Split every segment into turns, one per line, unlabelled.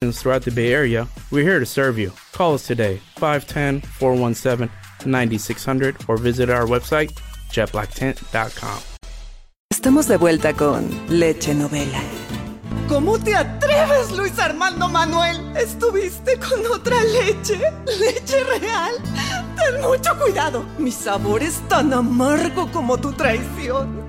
locations throughout the Bay Area, we're here to serve you. Call us today, 510 417 9600, or visit our website, jetblacktent.com.
Estamos de vuelta con Leche Novela.
¿Cómo te atreves, Luis Armando Manuel? ¿Estuviste con otra leche? ¿Leche real? Ten mucho cuidado. Mi sabor es tan amargo como tu traición.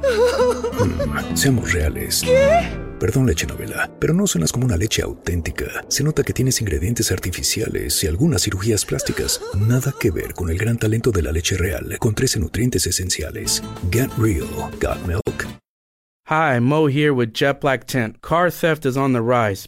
Mm, seamos reales.
¿Qué?
Perdón, leche novela, pero no suenas como una leche auténtica. Se nota que tienes ingredientes artificiales y algunas cirugías plásticas. Nada que ver con el gran talento de la leche real, con 13 nutrientes esenciales. Get real, got milk.
Hi, Mo here with Jet Black Tent. Car theft is on the rise.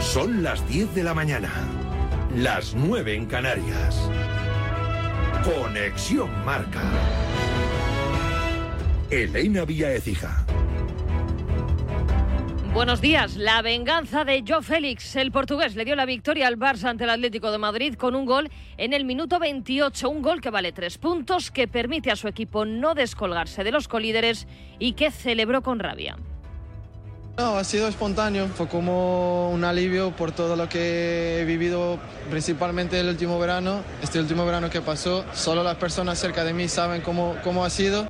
Son las 10 de la mañana, las 9 en Canarias. Conexión Marca. Elena Vía Ecija.
Buenos días. La venganza de Joe Félix, el portugués, le dio la victoria al Barça ante el Atlético de Madrid con un gol en el minuto 28. Un gol que vale tres puntos, que permite a su equipo no descolgarse de los colíderes y que celebró con rabia.
No, ha sido espontáneo, fue como un alivio por todo lo que he vivido, principalmente el último verano, este último verano que pasó, solo las personas cerca de mí saben cómo, cómo ha sido.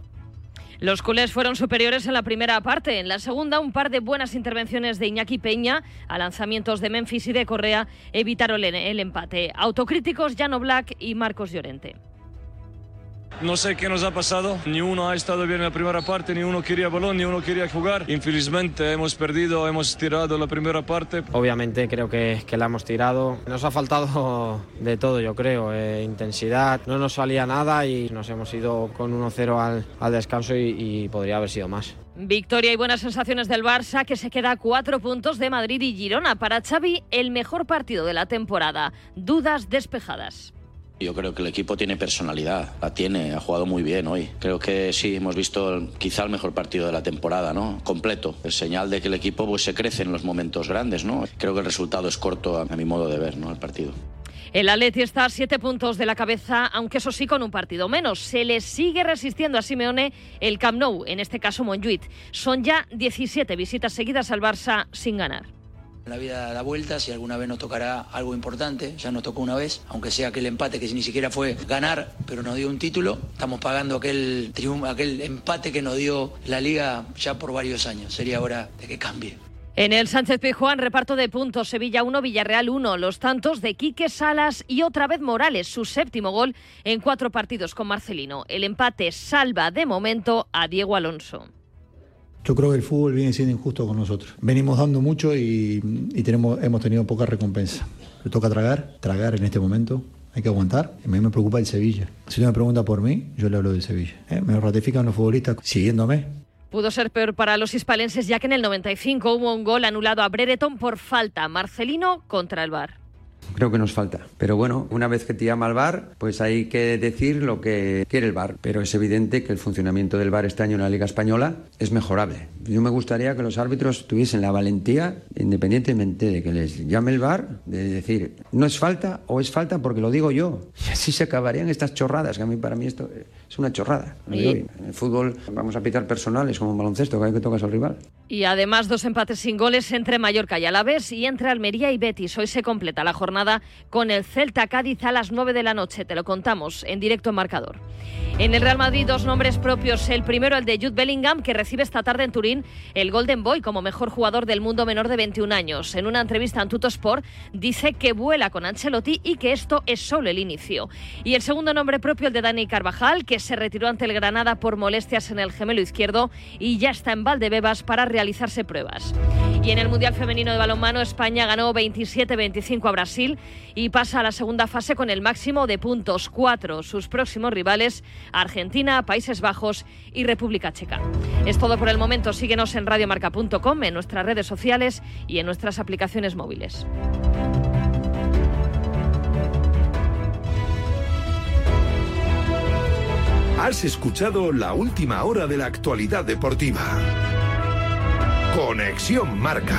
Los culés fueron superiores en la primera parte. En la segunda, un par de buenas intervenciones de Iñaki Peña a lanzamientos de Memphis y de Correa evitaron el, el empate. Autocríticos, Jano Black y Marcos Llorente.
No sé qué nos ha pasado, ni uno ha estado bien en la primera parte, ni uno quería balón, ni uno quería jugar. Infelizmente hemos perdido, hemos tirado la primera parte.
Obviamente creo que, que la hemos tirado. Nos ha faltado de todo, yo creo, eh, intensidad, no nos salía nada y nos hemos ido con 1-0 al, al, descanso y, y podría haber sido más.
Victoria y buenas sensaciones del Barça, que se queda a cuatro puntos de Madrid y Girona. Para Xavi, el mejor partido de la temporada. Dudas despejadas.
Yo creo que el equipo tiene personalidad, la tiene, ha jugado muy bien hoy. Creo que sí, hemos visto quizá el mejor partido de la temporada, ¿no? Completo. Es señal de que el equipo pues, se crece en los momentos grandes, ¿no? Creo que el resultado es corto a mi modo de ver, ¿no? El partido.
El Atleti está a siete puntos de la cabeza, aunque eso sí con un partido menos. Se le sigue resistiendo a Simeone el Camp Nou, en este caso Monjuit. Son ya 17 visitas seguidas al Barça sin ganar.
La vida da vueltas y alguna vez nos tocará algo importante. Ya nos tocó una vez, aunque sea aquel empate que ni siquiera fue ganar, pero nos dio un título. Estamos pagando aquel triunfo, aquel empate que nos dio la liga ya por varios años. Sería hora de que cambie.
En el Sánchez Pijuán, reparto de puntos, Sevilla 1, Villarreal 1, los tantos de Quique Salas y otra vez Morales, su séptimo gol en cuatro partidos con Marcelino. El empate salva de momento a Diego Alonso.
Yo creo que el fútbol viene siendo injusto con nosotros. Venimos dando mucho y, y, tenemos, hemos tenido poca recompensa. Le toca tragar, tragar en este momento. Hay que aguantar. A mí me preocupa el Sevilla. Si usted me pregunta por mí, yo le hablo del Sevilla. ¿Eh? Me ratifican los futbolistas siguiéndome.
Pudo ser peor para los hispalenses ya que en el 95 hubo un gol anulado a Brereton por falta. Marcelino contra el VAR.
Creo que nos falta. Pero bueno, una vez que te llama el bar, pues hay que decir lo que quiere el bar. Pero es evidente que el funcionamiento del bar este año en la Liga Española es mejorable. Yo me gustaría que los árbitros tuviesen la valentía, independientemente de que les llame el bar, de decir, no es falta o es falta porque lo digo yo. Y así se acabarían estas chorradas, que a mí para mí esto es una chorrada. ¿Y? En el fútbol vamos a pitar personales como un baloncesto, cada vez que tocas al rival.
Y además dos empates sin goles entre Mallorca y Alavés y entre Almería y Betis. Hoy se completa la jornada con el Celta Cádiz a las 9 de la noche. Te lo contamos en directo en marcador. En el Real Madrid, dos nombres propios. El primero, el de Jude Bellingham, que recibe esta tarde en Turín el Golden Boy como mejor jugador del mundo menor de 21 años. En una entrevista en Tuto Sport, dice que vuela con Ancelotti y que esto es solo el inicio. Y el segundo nombre propio, el de Dani Carvajal, que se retiró ante el Granada por molestias en el gemelo izquierdo y ya está en Valdebebas para realizarse pruebas. Y en el Mundial Femenino de Balonmano, España ganó 27-25 a Brasil y pasa a la segunda fase con el máximo de puntos, 4. Sus próximos rivales, Argentina, Países Bajos y República Checa. Es todo por el momento. Síguenos en radiomarca.com, en nuestras redes sociales y en nuestras aplicaciones móviles.
Has escuchado la última hora de la actualidad deportiva. Conexión Marca.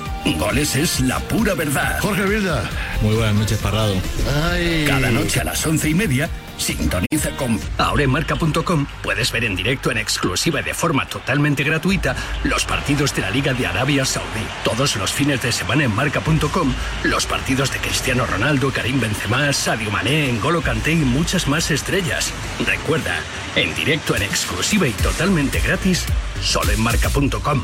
Goles es la pura verdad. Jorge Vilda. Muy buenas noches, Parrado. Cada noche a las once y media, sintoniza con Ahora en Marca.com puedes ver en directo en exclusiva y de forma totalmente gratuita los partidos de la Liga de Arabia Saudí. Todos los fines de semana en Marca.com, los partidos de Cristiano Ronaldo, Karim Benzema, Sadio Mané, N'Golo Kanté y muchas más estrellas. Recuerda, en directo en exclusiva y totalmente gratis, solo en Marca.com.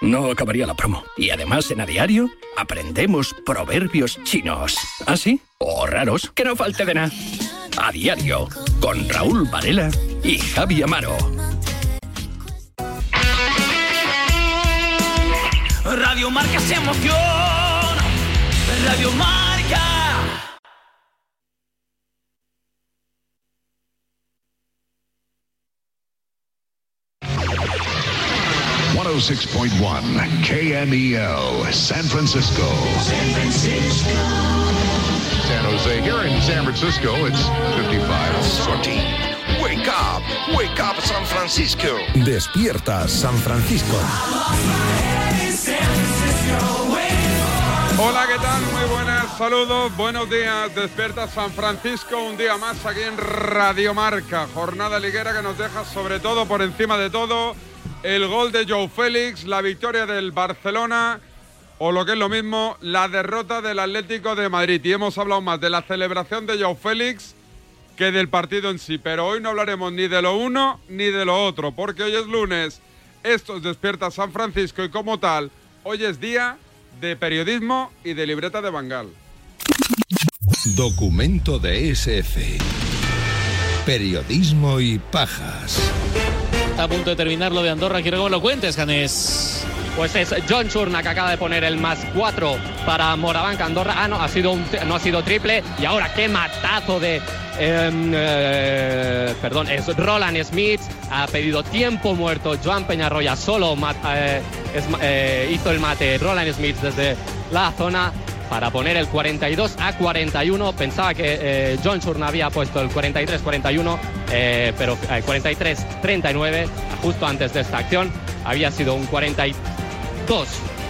No acabaría la promo. Y además en A Diario aprendemos proverbios chinos. ¿Ah, sí? O raros, que no falte de nada. A Diario, con Raúl Varela y Javi Amaro.
Radio Marca se emoción. Radio Marca.
Six point one KMEL, San Francisco. San Francisco. San Jose. Here in San Francisco, it's 55 14.
Wake up, wake up San Francisco.
Despierta San Francisco.
Hola, ¿qué tal? Muy buenas, saludos, buenos días. Despierta San Francisco un día más aquí en Radiomarca. Jornada liguera que nos deja sobre todo, por encima de todo, el gol de Joe Félix, la victoria del Barcelona o lo que es lo mismo, la derrota del Atlético de Madrid. Y hemos hablado más de la celebración de Joe Félix que del partido en sí. Pero hoy no hablaremos ni de lo uno ni de lo otro, porque hoy es lunes. Esto es Despierta San Francisco y como tal, hoy es día de periodismo y de libreta de Bangal.
Documento de SF. Periodismo y pajas.
Está a punto de terminar lo de Andorra. Quiero que me lo cuentes, Janés.
Pues es John Churna que acaba de poner el más 4 para Moravanca Andorra. Ah, no, ha sido un, no ha sido triple. Y ahora qué matazo de. eh, eh, perdón, es Roland Smith. Ha pedido tiempo muerto. Joan Peñarroya solo mat- eh, es- eh, hizo el mate. Roland Smith desde la zona para poner el 42 a 41. Pensaba que eh, John Churna había puesto el 43-41, eh, pero el 43-39, justo antes de esta acción, había sido un 42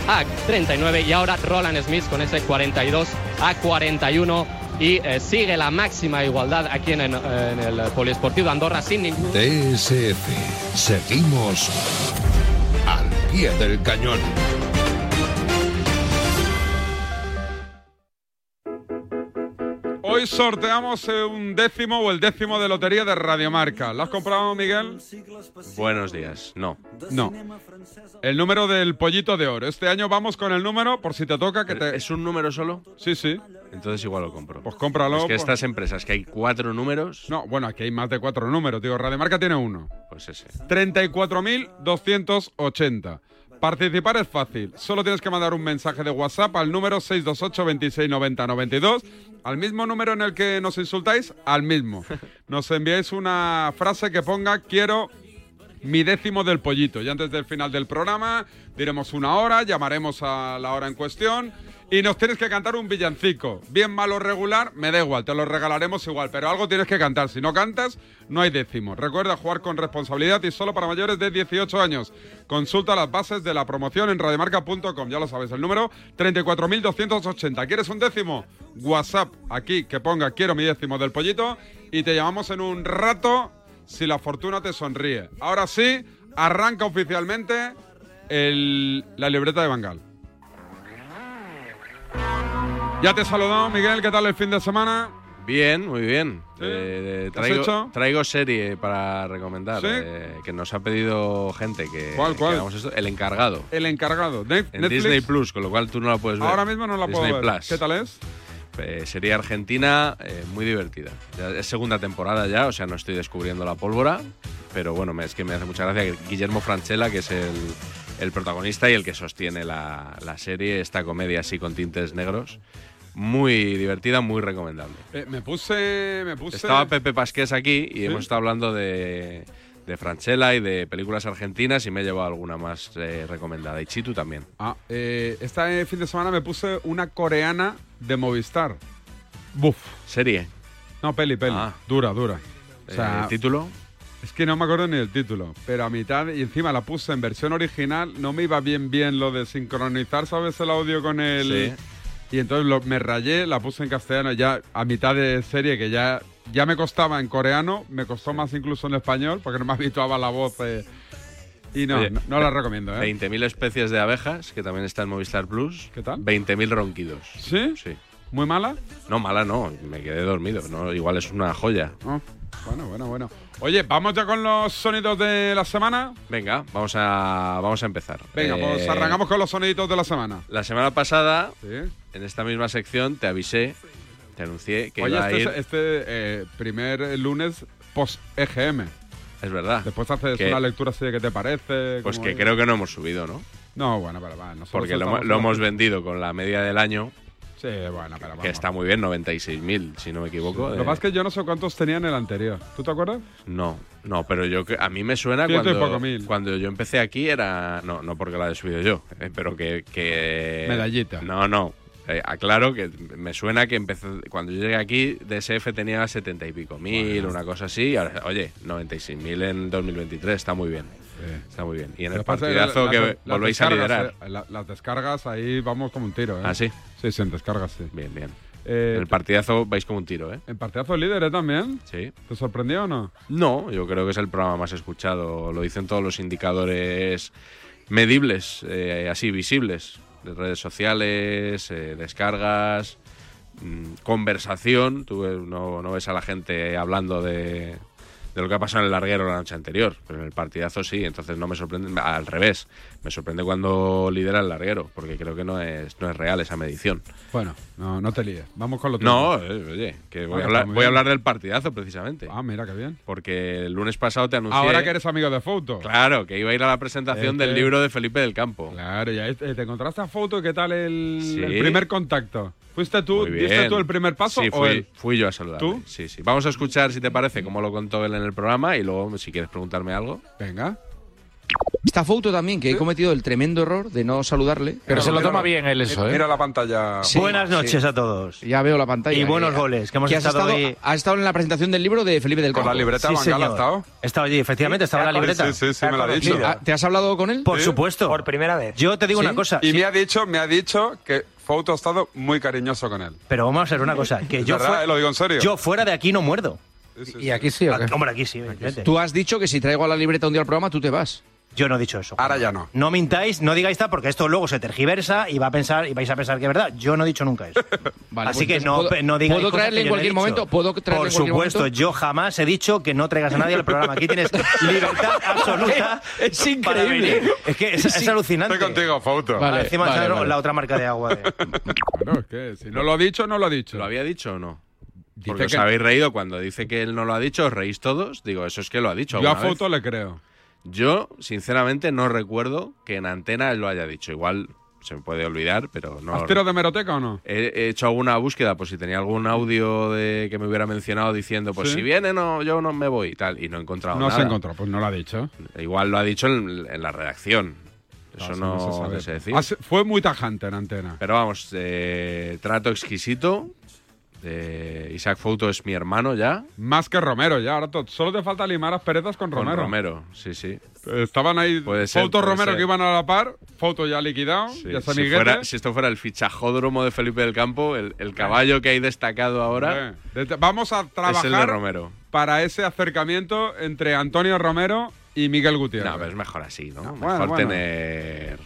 a 39 y ahora Roland Smith con ese 42 a 41 y eh, sigue la máxima igualdad aquí en, en- en el Poliesportivo de Andorra sin ningún...
DSF. Seguimos al pie del cañón.
Hoy sorteamos eh, un décimo o el décimo de lotería de Radiomarca. ¿Lo has comprado, Miguel?
Buenos días. No.
No. El número del pollito de oro. Este año vamos con el número, por si te toca que te.
¿Es un número solo?
Sí, sí.
Entonces igual lo compro.
Pues cómpralo.
Es que
pues-
estas empresas que hay cuatro números,
No, bueno, aquí hay más de cuatro números, digo, Radiomarca tiene uno.
pues ese.
34.280. Participar es fácil. Solo tienes que mandar un mensaje de WhatsApp al número 628-2690-92. Al mismo número en el que nos insultáis, al mismo. Nos enviáis una frase que ponga quiero mi décimo del pollito. Y antes del final del programa diremos una hora, llamaremos a la hora en cuestión y nos tienes que cantar un villancico. Bien, malo, regular, me da igual, te lo regalaremos igual, pero algo tienes que cantar. Si no cantas, no hay décimo. Recuerda jugar con responsabilidad y solo para mayores de 18 años. Consulta las bases de la promoción en radiomarca.com. Ya lo sabes, el número 34.280. ¿Quieres un décimo? WhatsApp aquí que ponga quiero mi décimo del pollito y te llamamos en un rato si la fortuna te sonríe. Ahora sí, arranca oficialmente el- la libreta de Bangal. Ya te saludamos, Miguel. ¿Qué tal el fin de semana?
Bien, muy bien. Eh,
¿Qué has
traigo,
hecho?
traigo serie para recomendar,
¿Sí?
eh, que nos ha pedido gente que,
¿Cuál,
que
cuál?
hagamos esto. Eh, El encargado.
El encargado. Ne-
En
Netflix.
Disney Plus, con lo cual tú no la puedes ver.
Ahora mismo no la puedo
Disney
ver.
Plus.
¿Qué tal es?
Eh, sería Argentina, eh, muy divertida. Ya es segunda temporada ya, o sea, no estoy descubriendo la pólvora, pero bueno, me- es que me hace mucha gracia que Guillermo Franchella, que es el, el protagonista y el que sostiene la, la serie, esta comedia así con tintes negros. Muy divertida, muy recomendable.
Eh, me puse. Me puse.
Estaba Pepe Pasqués aquí y
Sí.
hemos estado hablando de, de Franchella y de películas argentinas y me he llevado alguna más eh, recomendada. Y Chitu también.
Ah, eh, este fin de semana me puse una coreana de Movistar. Buf.
Serie.
No, peli, peli. Dura, dura. O sea,
Eh, Ah, ¿Título?
Es que no me acuerdo ni el título, pero a mitad y encima la puse en versión original, no me iba bien bien lo de sincronizar, ¿sabes? El audio con el... Y entonces lo- me rayé, la puse en castellano ya a mitad de serie, que ya, ya me costaba en coreano, me costó más incluso en español, porque no me habituaba la voz. eh, y no,
Oye,
no, no la recomiendo, ¿eh?
20.000 especies de abejas, que también está en Movistar Plus.
¿Qué tal?
20.000 ronquidos.
¿Sí?
Sí.
¿Muy mala?
No, mala no, me quedé dormido. No, igual es una joya.
Ah, bueno, bueno, bueno. Oye, vamos ya con los sonidos de la semana.
Venga, vamos a, vamos a empezar.
Venga,
Eh,
pues arrancamos con los soniditos de la semana.
La semana pasada, en esta misma sección, te avisé, te anuncié que
Oye,
iba a
este,
ir...
es- este, eh, primer eh, lunes post-EGM.
Es verdad.
Después haces
Que-
una lectura así de qué te parece.
Pues
cómo
que
es.
creo que no hemos subido, ¿no?
No, bueno, pero va. nosotros
Porque lo,
estamos
lo hemos
hablando-
vendido con la media del año,
Sí, bueno, pero
que
vamos.
está muy bien, 96.000, si no me equivoco.
Lo
eh.
que pasa es que yo no sé cuántos tenían el anterior. ¿Tú te acuerdas?
No, no, pero yo que- a mí me suena
Ciento y
cuando,
poco mil.
cuando yo empecé aquí era no no porque la he subido yo, eh, pero que, que
Medallita.
No, no. eh, aclaro que me suena que empecé cuando yo llegué aquí DSF tenía 70 y pico mil, una cosa así, y ahora, oye, 96 mil en 2023 está muy bien. Está muy bien. Y en
Lo
el
que pasa es
partidazo
la-
que
las- las
volvéis a
descargas,
liderar.
eh, la- las descargas ahí vamos como un tiro, ¿eh?
¿Ah, sí?
Sí, sí, en descargas, sí.
Bien, bien.
Eh,
en el partidazo vais como un tiro, ¿eh?
En partidazo líderes también.
Sí.
¿Te sorprendió o no?
No, yo creo que es el programa más escuchado. Lo dicen todos los indicadores medibles, eh, así visibles, de redes sociales, eh, descargas, mm, conversación. Tú eh, no, no ves a la gente hablando de, de lo que ha pasado en el larguero la noche anterior, pero en el partidazo sí. Entonces no me sorprende, al revés, me sorprende cuando lidera el larguero, porque creo que no es, no es real esa medición.
Bueno, no, no te líes. Vamos con lo tuyo.
No, eh, oye, que voy,
Oye,
a hablar,
está muy
voy a
bien.
hablar del partidazo precisamente.
Ah, mira, qué bien.
Porque el lunes pasado te anuncié.
Ahora que eres amigo de Foto.
Claro, que iba a ir a la presentación
Es
del
que-
libro de Felipe del Campo.
Claro, ya eh, te encontraste a Foto. ¿Qué tal el,
Sí.
el primer contacto? ¿Fuiste tú?
Muy bien.
¿Diste tú el primer paso
Sí,
o
fui,
él?
fui yo a saludar.
¿Tú?
Sí, sí. Vamos a escuchar, si te parece, cómo lo contó él en el programa y luego, si quieres preguntarme algo.
Venga.
Está Fouto también, que he cometido el tremendo error de no saludarle.
Pero se lo toma bien él eso, ¿eh?
Mira
la pantalla.
Sí,
Buenas
sí.
noches a todos.
Ya veo la pantalla.
Y buenos
Que-
goles, que hemos
has
estado
estado,
ahí.
has estado en la presentación del libro de Felipe del Campo.
Sí, señor. He estado allí, efectivamente, estaba en la libreta.
Ah, ¿Te has hablado con él?
Por supuesto. Por primera vez. Yo te digo
¿Sí?
una cosa.
Y
sí,
me ha dicho, me ha dicho que Foto ha estado muy cariñoso con él.
Pero vamos a hacer una cosa. Que
¿Es
yo,
verdad?
fue-
Eh, lo digo en serio.
yo fuera de aquí no muerdo. Ah,
¿Y
aquí sí o qué?
Hombre, aquí sí, evidentemente.
Tú has dicho que si traigo a la libreta un día al programa, tú te vas.
Yo no he dicho eso.
Ahora ya no.
No mintáis, no digáis tal, porque esto luego se tergiversa y va a pensar y vais a pensar que es verdad. Yo no he dicho nunca eso. Así
pues
que
entonces
no,
puedo-
pe- no digáis
¿puedo
cosas
traerle
que
en
yo no he
cualquier
dicho.
momento? ¿Puedo traerle
Por
en cualquier
supuesto,
momento?
yo jamás he dicho que no traigas a nadie al programa. Aquí tienes libertad absoluta.
Es
para
increíble.
venir. Es que es,
Es
es
in-
alucinante.
Estoy contigo, Fauto.
Vale, Encima
vale,
claro,
vale.
la otra marca de agua. de-
Claro, es que si no lo ha dicho, no lo ha dicho. ¿Lo
había dicho o no?
que-
Porque os habéis reído cuando dice que él no lo ha dicho, os reís todos. Digo, eso es que lo ha dicho.
Yo a
alguna vez.
Foto le creo.
Yo, sinceramente, no recuerdo que en antena él lo haya dicho. Igual se me puede olvidar, pero no.
¿Has tirado de meroteca o no?
He, he hecho alguna búsqueda, pues si tenía algún audio de que me hubiera mencionado diciendo, pues
Sí.
si viene, no, yo no me voy y tal, y no he encontrado
No
nada.
se encontró, pues no lo ha dicho.
Igual lo ha dicho en, en la redacción. Eso
Claro,
no,
eso no se sabe. Ah,
se decir.
Ha si- fue muy tajante en antena.
Pero vamos, eh, trato exquisito. Eh, Isaac Fouto es mi hermano ya.
Más que Romero ya, ahora to- solo te falta limar las perezas con
Con
Romero.
Romero, sí, sí.
Estaban ahí
Puede ser,
Foto
puede
Romero
ser.
que iban a la par, Foto ya liquidado,
Sí,
ya San
si,
Miguel.
fuera- si esto fuera el fichajódromo de Felipe del Campo, el,
Eh.
el caballo que hay destacado ahora
Vamos a
es el de
trabajar
Romero.
para ese acercamiento entre Antonio Romero y Miguel Gutiérrez.
No, pero es mejor así, ¿no?
bueno,
mejor
bueno.
tener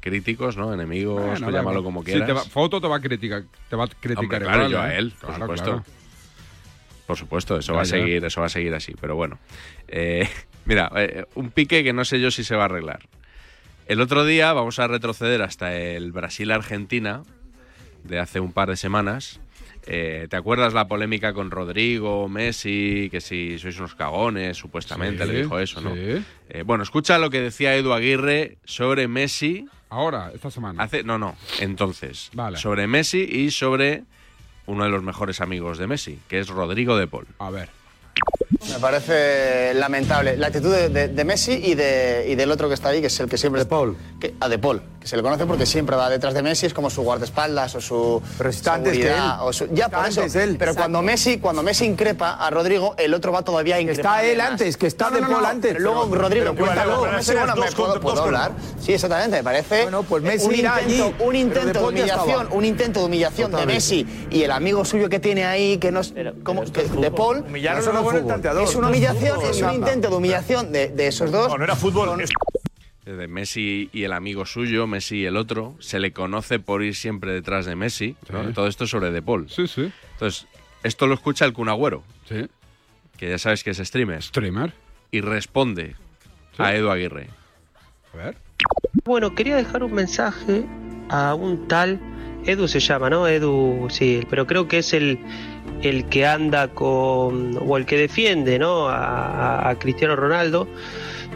críticos, ¿no? Enemigos,
Bueno,
o
da
llámalo
igual.
como
Sí,
quieras.
te va- Foto te va a criticar, te va a criticar
Hombre,
igual,
claro, yo a
¿eh?
él, por
Claro,
supuesto.
claro.
Por supuesto, eso
Ya,
va a
ya.
seguir, eso va a seguir así, pero bueno. Eh, mira, eh, un pique que no sé yo si se va a arreglar. El otro día vamos a retroceder hasta el Brasil-Argentina de hace un par de semanas. Eh, ¿Te acuerdas la polémica con Rodrigo, Messi, que si sois unos cagones, supuestamente
Sí,
le dijo eso, ¿no?
sí.
Eh, bueno, escucha lo que decía Edu Aguirre sobre Messi.
Ahora, esta semana.
Hace, no, no, entonces.
Vale.
Sobre Messi y sobre uno de los mejores amigos de Messi, que es Rodrigo de Paul.
A ver.
Me parece lamentable la actitud de, de- de Messi y, de- y del otro que está ahí, que es el que siempre. De Paul. Que, a De Paul, que se le conoce porque siempre va detrás de Messi, es como su guardaespaldas o su. Pero
está antes que él.
O su, ya,
Está
por eso.
antes él.
Pero
Exacto.
cuando Messi, cuando Messi increpa a Rodrigo, el otro va todavía a increpar.
Está él antes, que está De Paul antes.
Pero luego
Pero-
Rodrigo,
pero
cuenta
claro,
luego.
pero
Messi,
eso
bueno,
es
me
dos
puedo,
contra- dos
puedo
contra-
hablar. Sí, exactamente, me parece. Bueno, pues
Messi
un
irá
intento, un
allí, pero
intento
De
de,
Paul ya estaba.
humillación, un intento de humillación de Messi y el amigo suyo que tiene ahí, que no es. ¿cómo? Que- de Paul.
Humillaron Eso no a es Paul, el fútbol. tanteador.
Es una
No es
humillación,
fútbol,
es un
Rafa.
intento de humillación de, de esos dos. No, no era fútbol.
eh, De Messi y el amigo suyo, Messi y el otro, se le conoce por ir siempre detrás de Messi. ¿no? Todo esto sobre De Paul.
Sí, sí.
Entonces, esto lo escucha el Kun Agüero,
Sí.
que ya sabes que es streamer.
Streamer.
Y responde a Edu Aguirre.
A ver.
Bueno, quería dejar un mensaje a un tal Edu se llama, ¿no? Edu, sí, pero creo que es el, el que anda con, o el que defiende, ¿no? A, a- a Cristiano Ronaldo.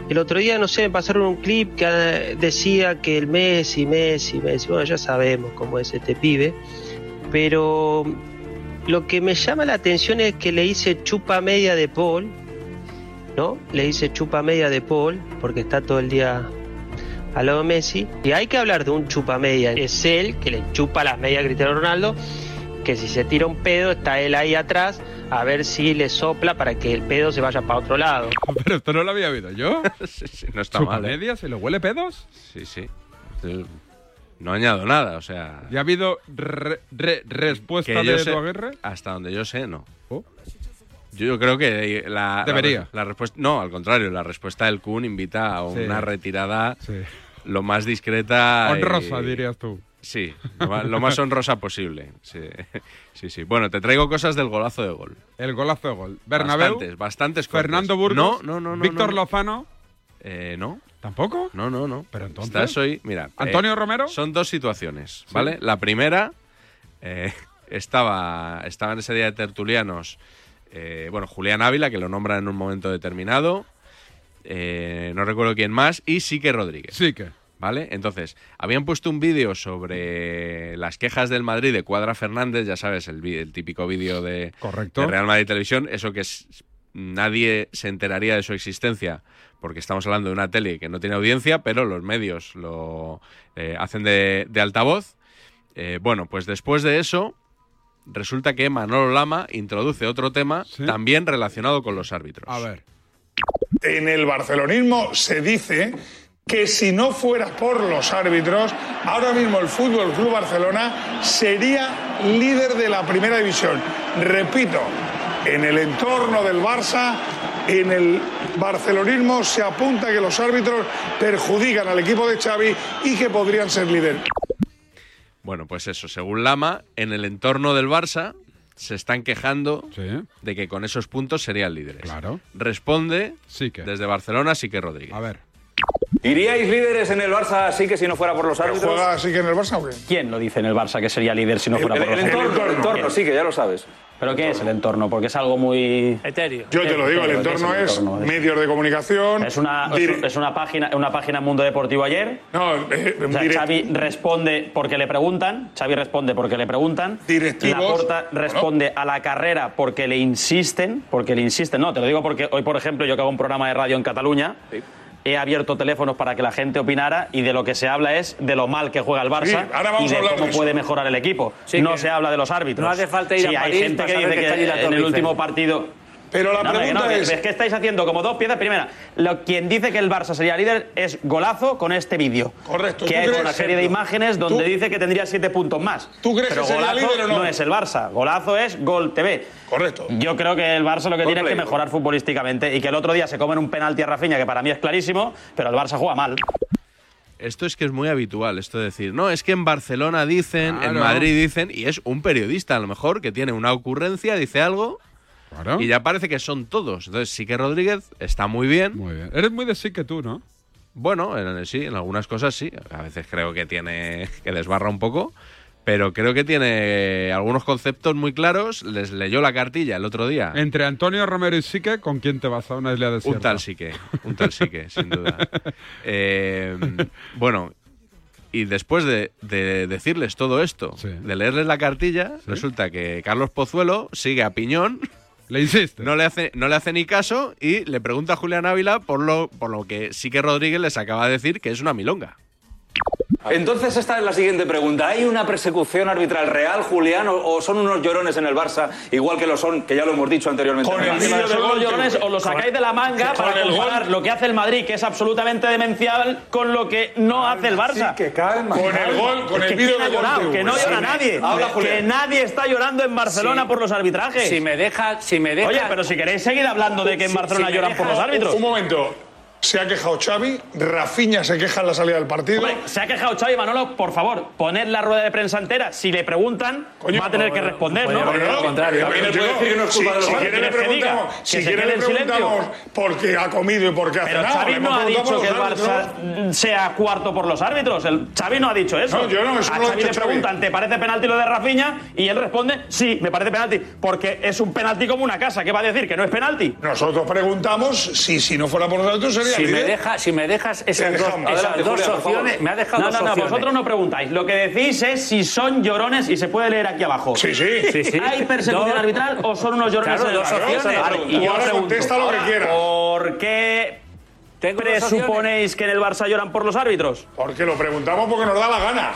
El otro día, no sé, me pasaron un clip que eh, decía que el Messi, Messi, Messi, bueno, ya sabemos cómo es este pibe, pero lo que me llama la atención es que le hice chupa media de Paul, ¿no? Le hice chupa media de Paul, porque está todo el día a lo de Messi. Y hay que hablar de un chupa media. Es él que le chupa las medias a Cristiano Ronaldo. Que si se tira un pedo, está él ahí atrás a ver si le sopla para que el pedo se vaya para otro lado.
Pero esto no lo había oído yo.
no está
Chupa
mal, ¿eh?
medias y lo huele pedos.
Sí, sí. Entonces, No añado nada, o sea.
¿Ya ha habido re- re- respuesta
Que yo
de
sé-
Edu Aguirre?
Hasta donde yo sé, no.
Oh.
Yo, yo creo que la, la-
Debería.
La, respuesta. No, al contrario, la respuesta del Kun invita a
Sí.
una retirada lo más discreta. y-
Honrosa, dirías tú.
Sí, lo ma- lo más honrosa posible. Sí. sí, sí. Bueno, te traigo cosas del golazo de gol.
El golazo de gol. Bernabéu.
Bastantes, bastantes cortes.
Fernando Burgos.
No, no, no. no,
Víctor
no.
Lozano.
Eh, no.
¿Tampoco?
No, no, no.
Pero entonces.
Estás hoy, mira. eh,
¿Antonio Romero?
Son dos situaciones, ¿vale? La primera, eh, estaba, estaba en ese día de tertulianos, eh, bueno, Julián Ávila, que lo nombra en un momento determinado, eh, no recuerdo quién más, y Sique Rodríguez.
Sique.
¿Vale? Entonces, habían puesto un vídeo sobre las quejas del Madrid de Cuadra Fernández, ya sabes, el, vi- el típico vídeo de,
Correcto.
de Real Madrid Televisión, eso que es- nadie se enteraría de su existencia, porque estamos hablando de una tele que no tiene audiencia, pero los medios lo eh, hacen de, de altavoz. Eh, bueno, pues después de eso, resulta que Manolo Lama introduce otro tema también relacionado con los árbitros.
A ver.
En el barcelonismo se dice que si no fuera por los árbitros, ahora mismo el Fútbol Club Barcelona sería líder de la primera división. Repito, en el entorno del Barça, en el barcelonismo se apunta que los árbitros perjudican al equipo de Xavi y que podrían ser líder.
Bueno, pues eso, según Lama, en el entorno del Barça se están quejando de que con esos puntos serían líderes. Claro. Responde desde Barcelona, sí que Rodríguez. A
ver.
¿Iríais líderes en el Barça así que si no fuera por los árbitros?
¿Juega así que en el Barça o qué?
¿Quién lo dice en el Barça que sería líder si no
El-
fuera
el-
por los
el
árbitros?
entorno.
sí, que ya lo sabes. ¿Pero qué es el entorno? Porque es algo muy...
Etéreo.
Yo te lo digo, el
¿Qué
entorno es
entorno?
medios de comunicación.
Es una,
dir-
es una página una página Mundo Deportivo ayer.
No, eh,
O sea, Xavi responde porque le preguntan. Xavi responde porque le preguntan.
Directivos.
Laporta responde a la carrera porque le insisten. Porque le insisten. No, te lo digo porque hoy, por ejemplo, yo que hago un programa de radio en Cataluña. He abierto teléfonos para que la gente opinara y de lo que se habla es de lo mal que juega el Barça
Sí, ahora vamos
y
a
de
hablar
cómo
de eso.
puede mejorar el equipo.
Sí,
no
que
se habla de los árbitros.
no hace falta ir
Sí,
a
hay
París
gente
para
que dice
saber que
que,
está allí la
en
Torre
el
Eiffel.
último partido.
Pero la
No, hombre, que
pregunta
no, que-
es-
que estáis haciendo como dos piezas. Primera, lo, quien dice que el Barça sería líder es golazo con este vídeo.
Correcto,
Que
¿tú
ha hecho
crees?
una serie de
Ejemplo.
imágenes donde
¿Tú-
dice que tendría siete puntos más.
¿Tú crees
Pero
que sería
golazo
líder o no?
es el Barça. Golazo es Gol TV.
Correcto.
Yo creo que el Barça lo que
Gol
tiene es que
play.
mejorar futbolísticamente y que el otro día se comen un penalti a Rafinha, que para mí es clarísimo, pero el Barça juega mal.
Esto es que es muy habitual, esto de decir, no, es que en Barcelona dicen, en Claro. Madrid dicen, y es un periodista a lo mejor que tiene una ocurrencia, dice algo, y ya parece que son todos. Entonces sí que Rodríguez está muy bien. Muy bien. Eres muy de sí que tú, ¿no? Bueno, en, en sí, en algunas cosas sí. A veces creo que tiene que desbarra un poco, pero creo que tiene algunos conceptos muy claros. Les leyó la cartilla el otro día.
Entre Antonio Romero y Sique, ¿con quién te vas a una isla desierta?
Un tal sí que, un tal sí que, sin duda. Eh, bueno, y después de, de decirles todo esto, de leerles la cartilla, resulta que Carlos Pozuelo sigue a piñón.
Le insiste.
No le, hace, no le hace ni caso y le pregunta a Julián Ávila por lo, por lo que sí que Rodríguez les acaba de decir que es una milonga.
Entonces esta es la siguiente pregunta. ¿Hay una persecución arbitral real, Julián, o, o son unos llorones en el Barça, igual que lo son, que ya lo hemos dicho anteriormente? Con el vídeo de gol, llorones, os lo sacáis de la manga para comparar lo que hace el Madrid, que es absolutamente demencial, con lo que no hace el Barça.
que calma. Con el gol, con
Es
el
que
vídeo
¿quién ha
de gol
llorado?
de
Que no
Hugo.
llora
Sí.
nadie.
Habla,
que
Julián.
nadie está llorando en Barcelona
Sí.
por los arbitrajes.
Si
me deja, si me
deja-
Oye, pero si queréis seguir hablando de que en
Si-
Barcelona
si me
lloran
deja-
por los árbitros.
Un momento. Se ha quejado Xavi, Rafinha se queja en la salida del partido.
Hombre, se ha quejado Xavi Manolo, por favor, poned la rueda de prensa entera. Si le preguntan, va a tener que responder, ¿no?
Bueno, no, también le puede decir que no es culpa de los árbitros.
Si quiere
Si quiere le preguntamos, si quiere le preguntamos por qué ha comido y por qué ha
Pero
cenado.
Xavi
Le
no ha
preguntamos
dicho
a
que el
los árbitros.
Barça sea cuarto por los árbitros. El Xavi no ha dicho eso.
No, yo no, eso
a
no lo ha
Xavi
dicho
le
Xavi.
preguntan, ¿te parece penalti lo de Rafinha? Y él responde, sí, me parece penalti. Porque es un penalti como una casa. ¿Qué va a decir? ¿Que no es penalti?
Nosotros preguntamos si, si no fuera por nosotros sería
Si me
deja,
si me dejas
Te dejamos. Adelante, Julián, por favor.
no, no, No, vosotros no preguntáis. Lo que decís es si son llorones y se puede leer aquí abajo.
Sí, sí. Sí, sí.
¿Hay persecución
Dos-
arbitral o son unos llorones?
Claro,
en el
dos
barrio?
opciones.
Esa es la
Claro, tú
pregunta. Y yo
ahora
pregunto,
contesta lo que quieras.
¿Por qué
dos
presuponéis que en el Barça lloran por los árbitros?
Porque lo preguntamos porque nos da la gana.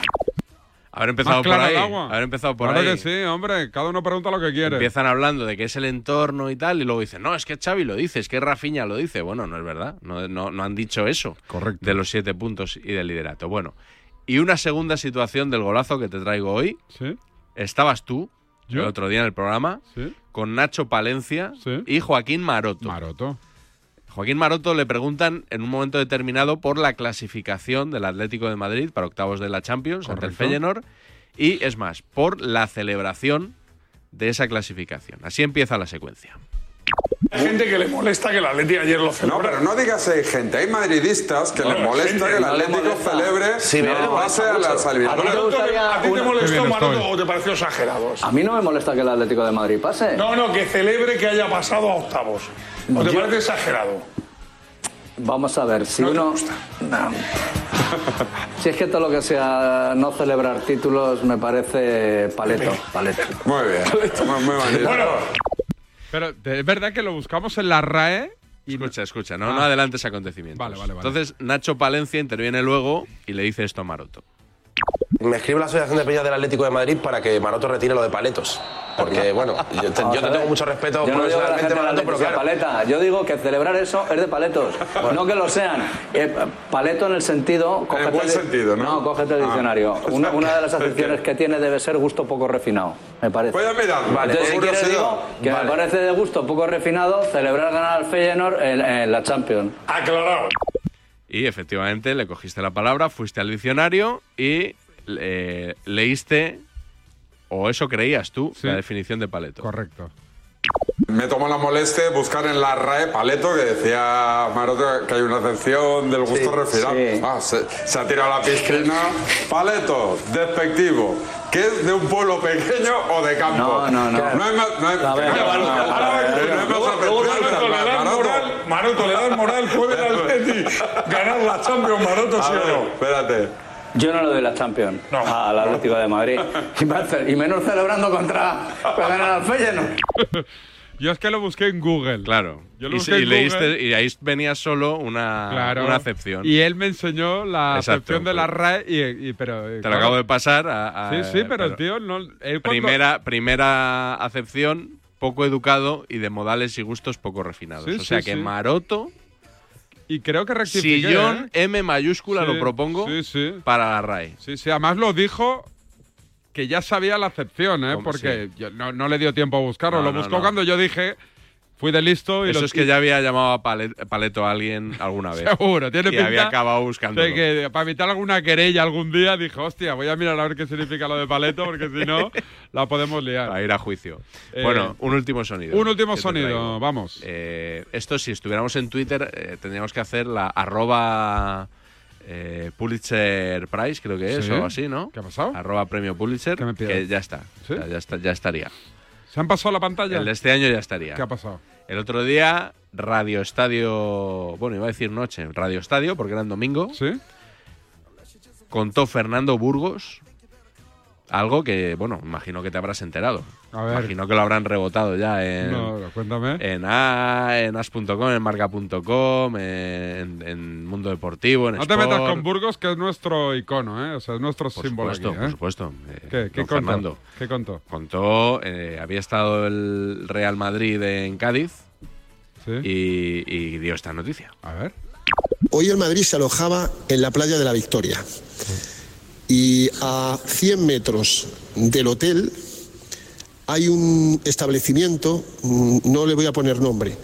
Haber empezado por claro ahí. el agua. Haber empezado por Claro ahí. que
Sí, hombre, cada uno pregunta lo que quiere.
Empiezan hablando de que es el entorno y tal, y luego dicen, no, es que Xavi lo dice, es que Rafinha lo dice. Bueno, no es verdad, no, no, no han dicho eso de los siete puntos y del liderato. Bueno, y una segunda situación del golazo que te traigo hoy. Estabas tú, el otro día en el programa, con Nacho Palencia y Joaquín Maroto.
Maroto.
Joaquín Maroto le preguntan en un momento determinado por la clasificación del Atlético de Madrid para octavos de la Champions ante el
Correcto.
Feyenoord y es más, por la celebración de esa clasificación. Así empieza la secuencia.
Hay gente que le molesta que el Atleti ayer lo
No, pero no digas hay gente, hay madridistas que les
Bueno,
molesta
gente,
que el
no le
Atlético
molesta.
celebre Sí, pero le pase molesta a la mucho. salida. A ti te
Maroto,
gustaría
¿a ti te
una-
molestó,
Qué bien
Maroto,
estoy.
o te pareció exagerado eso?
A mí no me molesta que el Atlético de Madrid pase.
No, no, que celebre que haya pasado a octavos. ¿O te
Yo-
parece exagerado?
Vamos a ver, si uno. No. si es que todo lo que sea no celebrar títulos me parece paleto. paleto. Muy bien. Muy,
Pero ¿de- es verdad que lo buscamos en la RAE.
Escucha, escucha, no, no adelantes acontecimientos.
Ah. Vale, vale, vale.
Entonces Nacho Palencia interviene luego y le dice esto a Maroto.
Me escribe la Asociación de Peñas del Atlético de Madrid para que Maroto retire lo de paletos. Porque, bueno, yo te, yo te tengo mucho respeto
Yo no digo que la
personalmente,
gente
Maroto, pero claro.
paleta. Yo digo que celebrar eso es de paletos, no que lo sean. Eh, paleto en el sentido. cógete buen el- sentido, ¿no? cógete el Ah. diccionario. Una, una de las acepciones que tiene debe ser gusto poco refinado, me parece. Voy a mirar. Vale, Entonces, si por quieres, curiosidad. digo que Vale. me parece de gusto poco refinado celebrar ganar al Feyenoord en, en la Champions.
Aclarado.
Y efectivamente le cogiste la palabra, fuiste al diccionario y eh, leíste, o eso creías tú, la definición de paleto.
Correcto. Me tomo la molestia de buscar en la RAE Paleto, que decía Maroto que hay una excepción del gusto refinado. Ah, se, se ha tirado a la piscina. Paleto, despectivo. ¿Que es de un pueblo pequeño o de campo?
No, no, no.
No es más- no es-
A ver,
no, no,
a ver,
no,
a ver,
no,
a ver.
no es más
Luego- luego
aceptable,
Maroto, le das
Maroto.
moral,
Maroto, le das moral, juega el Atleti. Ganar la Champions, Maroto, sí
A
o
ver,
no. Espérate.
Yo no le doy la Champions al Atlético de Madrid. Y más- Y menos celebrando contra para ganar al Feyenoord.
Yo es que lo busqué en Google.
Claro.
Yo lo
y,
busqué
y
en
leíste,
Google.
y ahí venía solo una,
Claro.
una acepción.
Y él me enseñó la
Exacto.
acepción de la RAE y, y- pero... eh,
Te lo acabo de pasar Ah, a. a-
Sí, sí, pero el tío no... él cuando-
Primera, primera acepción, poco educado y de modales y gustos poco refinados.
Sí,
o sea
sí,
que
sí.
Maroto.
Y creo que rectifiqué,
Sillón M
Sí,
mayúscula lo propongo
Sí, sí.
para la RAE.
Sí, sí, además lo dijo que ya sabía la acepción, ¿eh?
Hombre,
Porque yo- no, no le dio tiempo a buscarlo.
No,
lo
no,
buscó
no.
cuando yo dije, fui de listo y
Eso
lo-
es que ya había llamado a Pale- Paleto a alguien alguna vez.
Seguro, tiene
y
pinta
había acabado buscándolo.
de que para evitar alguna querella algún día dije, hostia, voy a mirar a ver qué significa lo de paleto, porque si no, la podemos liar.
Para ir a juicio.
Eh,
bueno, un último sonido.
un último
que te
sonido,
traigo.
vamos.
Eh, esto, si estuviéramos en Twitter, eh, tendríamos que hacer la arroba eh, Pulitzer Prize, creo que es,
Sí.
o algo así, ¿no?
¿Qué ha pasado?
Arroba premio Pulitzer, que ya está. O sea, ya está, ya estaría.
¿Se han pasado la pantalla?
El de este año ya estaría.
¿Qué ha pasado?
El otro día, Radio Estadio. Bueno, iba a decir noche, Radio Estadio, porque era en domingo.
Sí.
Contó Fernando Burgos algo que, bueno, imagino que te habrás enterado.
A ver.
Imagino que lo habrán rebotado ya en.
No, no, cuéntame.
En A, en as.com, en marca.com, en, en Mundo Deportivo, en
No te metas
Sport.
con Burgos, que es nuestro icono, ¿eh? O sea, es nuestro símbolo
supuesto,
aquí, ¿eh?
por supuesto. Eh,
¿Qué, qué
don
contó?
Fernando.
¿Qué contó?
Contó, eh, había estado el Real Madrid en Cádiz y, y dio esta noticia.
A ver.
Hoy el Madrid se alojaba en la playa de la Victoria y a 100 metros del hotel hay un establecimiento, mm, no le voy a poner nombre,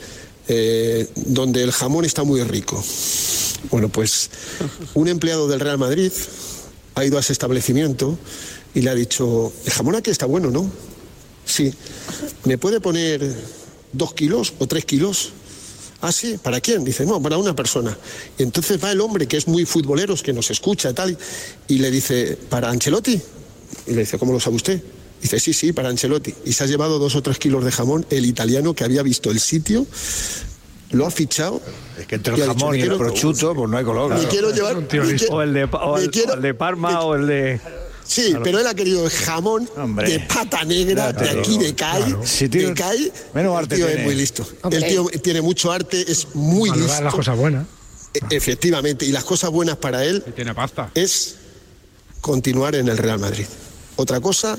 eh, donde el jamón está muy rico. Bueno, pues un empleado del Real Madrid ha ido a ese establecimiento y le ha dicho, el jamón aquí está bueno, ¿no? Sí, ¿me puede poner dos kilos o tres kilos? Ah, sí, ¿para quién? Dice, no, para una persona. Y entonces va el hombre, que es muy futbolero, que nos escucha y tal, y le dice, ¿para Ancelotti? Y le dice, ¿cómo lo sabe usted? Dice, sí, sí, para Ancelotti. Y se ha llevado dos o tres kilos de jamón, el italiano que había visto el sitio, lo ha fichado. Es que
Entre el jamón y el prosciutto, pues no hay color.
Me
claro.
quiero llevar- Un tío me listo. quie-
O el de, pa- o
me
el-
quiero-
o el de Parma o el de.
Sí,
Claro.
pero él ha querido el jamón
Hombre.
de pata negra
Ya te
de aquí
digo,
de CAI.
claro. Si tiene-
de CAI,
menos arte
el tío
tiene.
es muy listo.
Hombre.
El tío tiene mucho arte, es muy
Valorar
listo.
las cosas buenas.
E- Efectivamente, y las cosas buenas para él es continuar en el Real Madrid. Otra cosa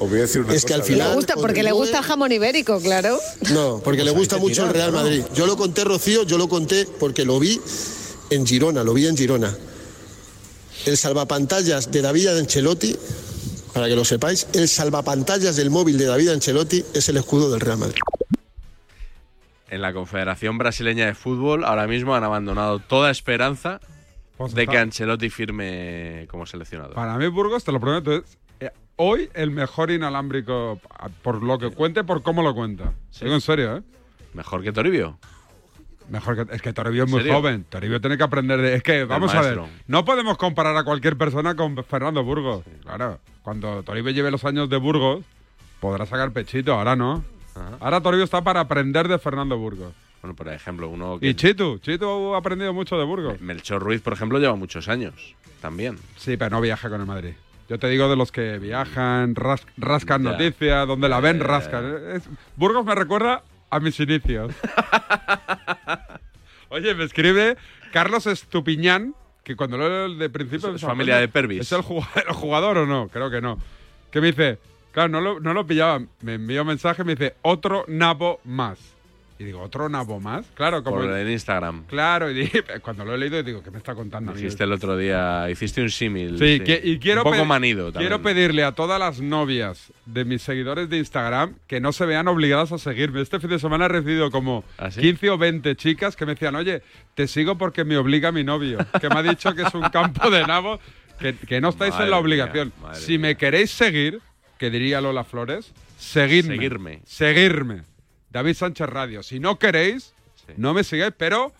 es que al final.
Le gusta, porque le gusta el jamón ibérico, claro.
No, porque le gusta mucho el Real Madrid. Yo lo conté, Rocío, yo lo conté porque lo vi en Girona, lo vi en Girona. El salvapantallas de David Ancelotti, para que lo sepáis, el salvapantallas del móvil de David Ancelotti es el escudo del Real Madrid.
En la Confederación Brasileña de Fútbol ahora mismo han abandonado toda esperanza
Pues
de que Ancelotti firme como seleccionador.
Para mí, Burgos, te lo prometo, es eh, hoy el mejor inalámbrico, a- por lo que cuente, por cómo lo cuenta. Digo en serio, ¿eh?
Mejor que Toribio.
Mejor que, es que Toribio es
¿En
muy
serio?
joven. Toribio tiene que aprender de. Es que, vamos a ver,
maestro.
no podemos comparar a cualquier persona con Fernando Burgos. Claro, cuando Toribio lleve los años de Burgos, podrá sacar pechito, ahora no. Ahora Toribio está para aprender de Fernando Burgos.
Bueno, por ejemplo, uno que
Y Chitu, Chitu ha aprendido mucho de Burgos.
Melchor Ruiz, por ejemplo, lleva muchos años también.
Sí, pero no viaja con el Madrid. Yo te digo de los que viajan, ras- rascan
Ya.
noticias, donde la ven,
Ya, ya, ya.
rascan. ¿eh? Es- Burgos me recuerda a mis inicios. Oye, me escribe Carlos Estupiñán, que cuando lo leo de principio...
Es- es
pensaba,
familia
coño,
de Pervis.
¿Es el jug- el jugador, o no? Creo que no. Que me dice, claro, no lo, no lo pillaba. Me envió un mensaje, me dice, otro nabo más. Y digo, ¿otro nabo más? Claro, como...
Por en Instagram.
Claro, y dije- cuando lo he leído digo, ¿qué me está contando? este a mí?
Hiciste el otro día, hiciste un símil.
Ah, Sí, que- y quiero
Un poco
pe-
manido también.
Quiero pedirle a todas las novias de mis seguidores de Instagram que no se vean obligadas a seguirme. Este fin de semana he recibido como
¿Ah,
15 o 20 chicas que me decían, oye, te sigo porque me obliga mi novio, que me ha dicho que es un campo de nabos, que, que no estáis
Madre
en la
mía,
obligación.
madre
si me queréis seguir, que diría Lola Flores, seguidme.
Seguirme.
Seguirme. David Sánchez Radio. Si no queréis, no me sigáis, pero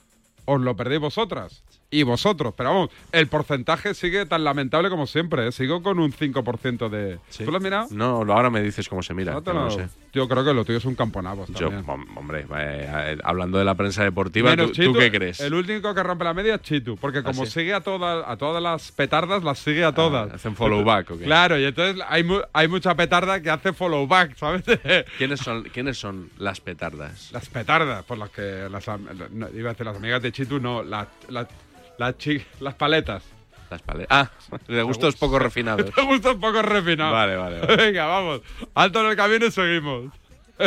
os lo perdéis vosotras. Y vosotros, pero vamos, el porcentaje sigue tan lamentable como siempre. ¿eh? Sigo con un 5% de... ¿Tú lo has mirado?
No, lo- ahora me dices cómo se mira.
No te
que no
lo-
sé.
Yo creo que lo tuyo es un camponavos
Yo,
también.
hom- hombre, eh, eh, hablando de la prensa deportiva, ¿tú,
Menos
tú
Chitu,
qué crees?
El último que rompe la media es Chitu, porque como
sí?
sigue a todas, a todas las petardas, las sigue a todas.
Ah, hacen follow back, ¿o qué?
Claro, y entonces hay, mu- hay mucha petarda que hace follow back, ¿sabes?
¿Quiénes son, ¿Quiénes son las petardas?
las petardas, por las que las, am- no, iba a decir las amigas de Chitu, no, las, las, las chi- las paletas.
Las paletas. Ah, de gustos poco refinados.
Te gusta un poco refinado.
Vale, vale, vale.
Venga, vamos. Alto en el camino y seguimos.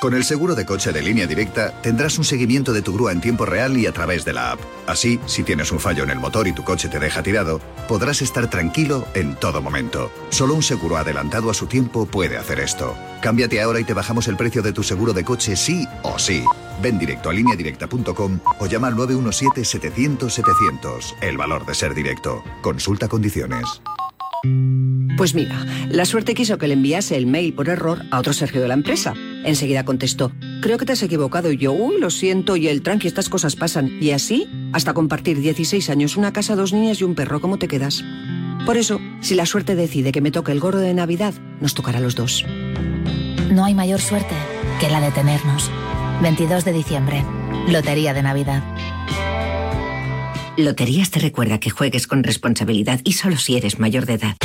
Con el seguro de coche de línea directa tendrás un seguimiento de tu grúa en tiempo real y a través de la app. Así, si tienes un fallo en el motor y tu coche te deja tirado, podrás estar tranquilo en todo momento. Solo un seguro adelantado a su tiempo puede hacer esto. Cámbiate ahora y te bajamos el precio de tu seguro de coche sí o sí. Ven directo a lineadirecta.com o llama al 917-700-700. El valor de ser directo. Consulta condiciones.
Pues mira, la suerte quiso que le enviase el mail por error a otro Sergio de la empresa. Enseguida contestó, creo que te has equivocado y yo, uy, lo siento y el tranqui, estas cosas pasan. Y así, hasta compartir 16 años, una casa, dos niñas y un perro, ¿cómo te quedas? Por eso, si la suerte decide que me toque el gordo de Navidad, nos tocará a los dos.
No hay mayor suerte que la de tenernos. 22 de diciembre, Lotería de Navidad.
Loterías te recuerda que juegues con responsabilidad y solo si eres mayor de edad.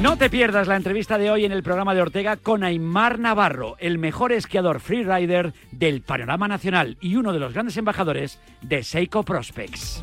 No te pierdas la entrevista de hoy en el programa de Ortega con Aymar Navarro, el mejor esquiador freerider del panorama nacional y uno de los grandes embajadores de Seiko Prospects.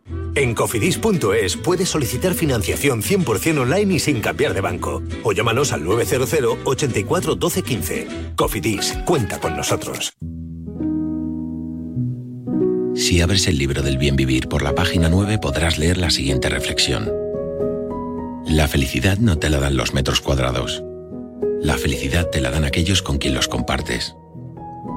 En cofidis.es puedes solicitar financiación 100% online y sin cambiar de banco. O llámanos al 900 84 12 15. Cofidis, cuenta con nosotros.
Si abres el libro del bien vivir por la página 9 podrás leer la siguiente reflexión. La felicidad no te la dan los metros cuadrados. La felicidad te la dan aquellos con quien los compartes.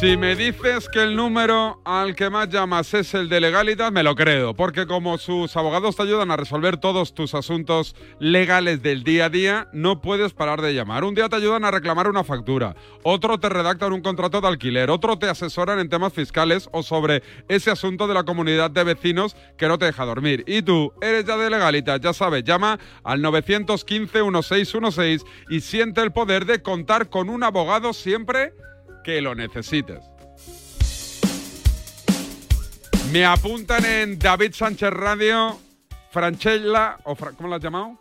Si me dices que el número al que más llamas es el de legalidad, me lo creo, porque como sus abogados te ayudan a resolver todos tus asuntos legales del día a día, no puedes parar de llamar. Un día te ayudan a reclamar una factura, otro te redactan un contrato de alquiler, otro te asesoran en temas fiscales o sobre ese asunto de la comunidad de vecinos que no te deja dormir. Y tú, eres ya de legalitas, ya sabes, llama al 915-1616 y siente el poder de contar con un abogado siempre que lo necesites. Me apuntan en David Sánchez Radio, Franchella, o Fra- ¿cómo la has llamado?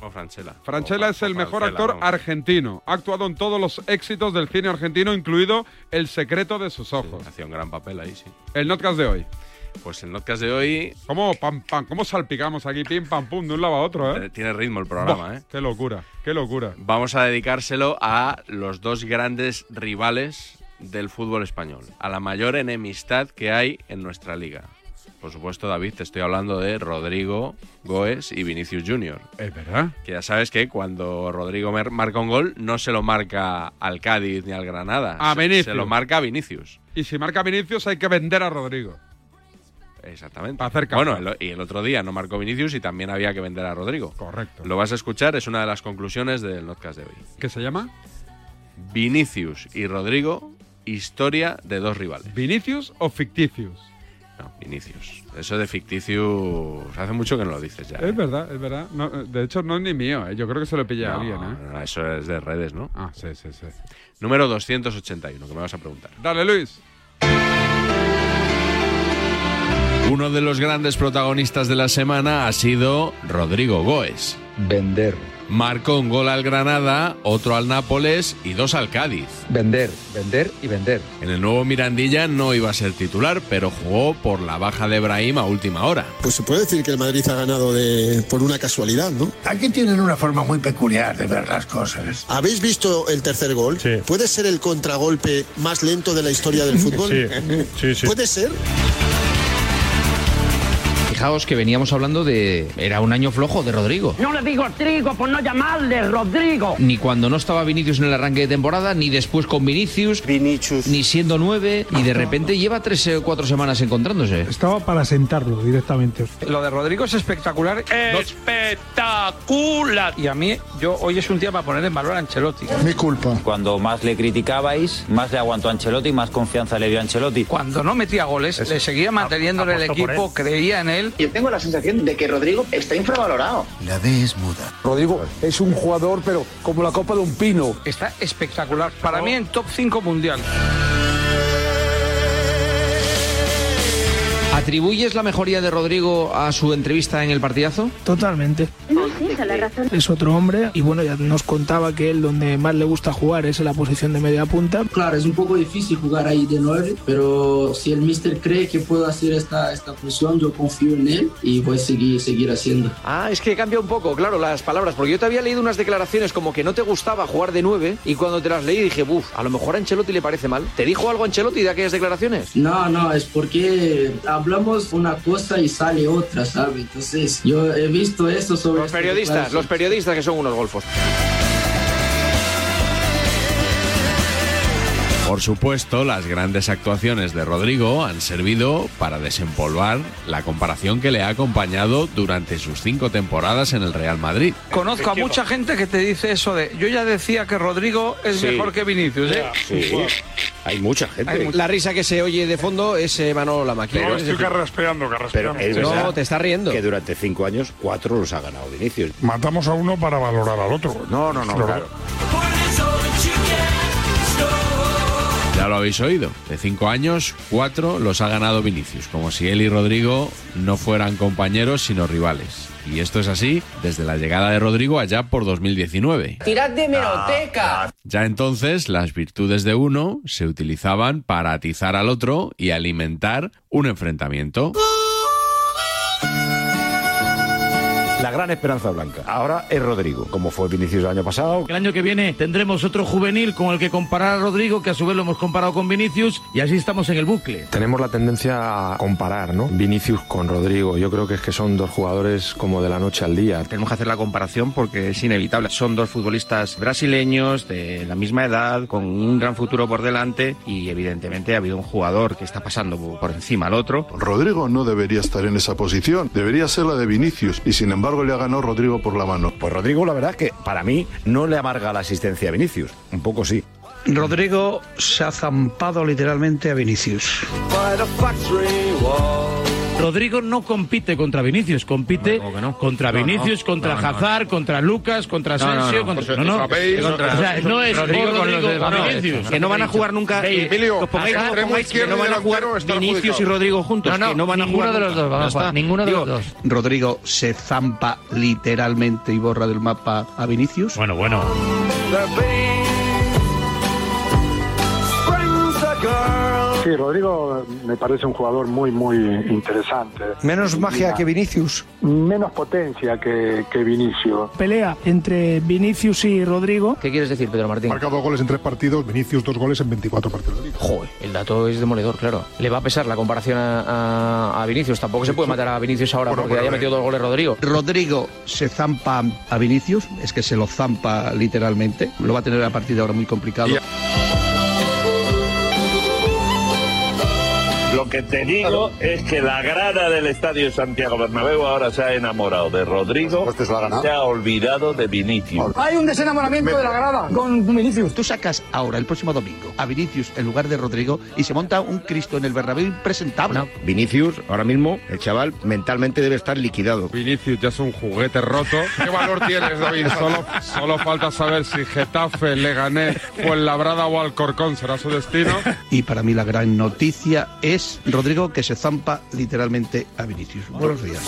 O Franchella.
Franchella es el mejor
Francella,
actor
vamos.
argentino. Ha actuado en todos los éxitos del cine argentino, incluido El secreto de sus ojos.
Hacía un gran papel ahí, sí.
El notcast de hoy.
Pues el notcast de hoy.
¿Cómo, pam, pam, ¿Cómo salpicamos aquí, pim, pam, pum, de un lado a otro, eh?
Eh, Tiene ritmo el programa,
Buah,
¿eh?
Qué locura, qué locura.
Vamos a dedicárselo a los dos grandes rivales del fútbol español, a la mayor enemistad que hay en nuestra liga. Por supuesto, David, te estoy hablando de Rodrigo Goes y Vinicius Junior.
Es verdad.
Que ya sabes que cuando Rodrigo mer- marca un gol, no se lo marca al Cádiz ni al Granada.
A
se-
Vinicius.
Se lo marca a Vinicius.
Y si marca Vinicius, hay que vender a Rodrigo.
Exactamente.
Para hacer
bueno, el o- y el otro día no marcó Vinicius y también había que vender a Rodrigo.
Correcto.
Lo vas a escuchar, es una de las conclusiones del podcast de hoy.
¿Qué se llama?
Vinicius y Rodrigo, historia de dos rivales.
¿Vinicius o ficticius?
No, Vinicius. Eso de Ficticius hace mucho que no lo dices ya.
Es verdad, es verdad. No, eh, de hecho, no es ni mío, ¿eh? yo creo que se lo pilla
No,
alguien. ¿eh?
no, Ah, eso es de redes, ¿no?
Ah, sí, sí, sí.
Número 281, que me vas a preguntar.
Dale, Luis.
Uno de los grandes protagonistas de la semana ha sido Rodrigo Goes.
Vender.
Marcó un gol al Granada, otro al Nápoles y dos al Cádiz.
Vender, vender y vender.
En el nuevo Mirandilla no iba a ser titular, pero jugó por la baja de Brahim a última hora.
Pues se puede decir que el Madrid ha ganado de, Eh, por una casualidad, ¿no?
Aquí tienen una forma muy peculiar de ver las cosas.
¿Habéis visto el tercer gol? ¿Puede ser el contragolpe más lento de la historia del fútbol?
Sí, sí.
¿Puede ser?
Fijaos que veníamos hablando de... Era un año flojo de Rodrigo.
No le digo trigo por no llamarle Rodrigo.
Ni cuando no estaba Vinicius en el arranque de temporada, ni después con Vinicius. Ni siendo nueve. Y de repente lleva tres o cuatro semanas encontrándose.
Estaba para sentarlo directamente.
Lo de Rodrigo es espectacular. Espectacular. Y a mí, yo hoy es un día para poner en valor a Ancelotti.
Mi culpa. Cuando más le criticabais, más le aguantó a Ancelotti, más confianza le dio a Ancelotti.
Cuando no metía goles, le seguía manteniendo en el equipo, creía en él.
Yo tengo la sensación de que Rodrigo está infravalorado.
La D es muda.
Rodrigo es un jugador, pero como la copa de un pino. Está espectacular. Para mí en top 5 mundial. ¿Atribuyes la mejoría de Rodrigo a su entrevista en el partidazo?
Totalmente. Es otro hombre y bueno, ya nos contaba que él donde más le gusta jugar es en la posición de media punta.
Claro, es un poco difícil jugar ahí de 9, pero si el mister cree que puedo hacer esta, esta función, yo confío en él y voy a seguir, seguir haciendo.
Ah, es que cambia un poco, claro, las palabras, porque yo te había leído unas declaraciones como que no te gustaba jugar de 9 y cuando te las leí dije, buf, a lo mejor a Ancelotti le parece mal. ¿Te dijo algo Ancelotti de aquellas declaraciones?
No, no, es porque hablamos una cosa y sale otra, ¿sabes? Entonces, yo he visto eso sobre...
Los periodistas, los periodistas que son unos golfos.
Por supuesto, las grandes actuaciones de Rodrigo han servido para desempolvar la comparación que le ha acompañado durante sus cinco temporadas en el Real Madrid.
Conozco a mucha gente que te dice eso de, yo ya decía que Rodrigo es
Sí.
mejor que Vinicius, ¿eh?
Hay mucha gente.
Hay mu- La risa que se oye de fondo es eh, Manolo Lamaquia.
Pero No, es estoy decir-
carraspeando,
Pero es verdad
no, te estás riendo.
que durante cinco años, cuatro los ha ganado Vinicius.
Matamos a uno para valorar al otro.
No, no, no, claro.
Ya lo habéis oído, de cinco años, cuatro los ha ganado Vinicius, como si él y Rodrigo no fueran compañeros sino rivales. Y esto es así desde la llegada de Rodrigo allá por 2019.
Tirad de meroteca.
Ya entonces las virtudes de uno se utilizaban para atizar al otro y alimentar un enfrentamiento.
La gran esperanza blanca. Ahora es Rodrigo, como fue Vinicius el año pasado.
El año que viene tendremos otro juvenil con el que comparar a Rodrigo, que a su vez lo hemos comparado con Vinicius, y así estamos en el bucle.
Tenemos la tendencia a comparar, ¿no? Vinicius con Rodrigo. Yo creo que es que son dos jugadores como de la noche al día.
Tenemos que hacer la comparación porque es inevitable. Son dos futbolistas brasileños de la misma edad, con un gran futuro por delante y evidentemente ha habido un jugador que está pasando por encima al otro.
Rodrigo no debería estar en esa posición, debería ser la de Vinicius y sin embargo le ha ganado Rodrigo por la mano.
Pues Rodrigo, la verdad es que para mí no le amarga la asistencia a Vinicius. Un poco sí.
Rodrigo se ha zampado literalmente a Vinicius. Rodrigo no compite contra Vinicius, compite contra
No, no.
Vinicius, contra
No, no, no.
Hazard, contra Lucas, contra
No, no, no.
Asensio,
Eso-
contra
eso Bale,
O sea, no es
Rodrigo
Rodrigo,
con los de-
contra
no,
Vinicius.
que no van a jugar nunca-
Bale,
Emilio,
os pongáis-
acá
os
extremo
pongáis que
izquierdo
no van a jugar
delantero está Vinicius y Rodrigo juntos, que no van a
ninguno
jugar
de los
nunca.
dos, van a
Ya
jugar,
está.
ninguno de
Digo,
los dos.
Rodrigo se zampa literalmente y borra del mapa a Vinicius.
Bueno, bueno.
Sí, Rodrigo me parece un jugador muy, muy interesante.
Menos magia que Vinicius.
Menos potencia que, que Vinicio.
Pelea entre Vinicius y Rodrigo.
¿Qué quieres decir, Pedro Martín?
Marca dos goles en tres partidos, Vinicius dos goles en 24 partidos.
Joder, el dato es demoledor, claro. Le va a pesar la comparación a, a- a Vinicius. Tampoco se puede matar a Vinicius ahora porque haya metido dos goles Rodrigo.
Rodrigo se zampa a Vinicius, es que se lo zampa literalmente. Lo va a tener a partir de ahora muy complicado.
Lo que te digo es que la grada del Estadio Santiago Bernabéu ahora se ha enamorado de Rodrigo,
Este
se ha olvidado de Vinicius.
Hay un desenamoramiento
de la
grada con Vinicius.
Tú sacas ahora, el próximo domingo, a Vinicius en lugar de Rodrigo y se monta un Cristo en el Bernabéu impresentable.
Vinicius, ahora mismo, el chaval mentalmente debe estar liquidado.
Vinicius ya es un juguete roto. ¿Qué valor tienes, David? Solo, solo falta saber si Getafe, Leganés, Fuenlabrada o Alcorcón será su destino.
Y para mí la gran noticia es Rodrigo que se zampa literalmente a Vinicius. Buenos días.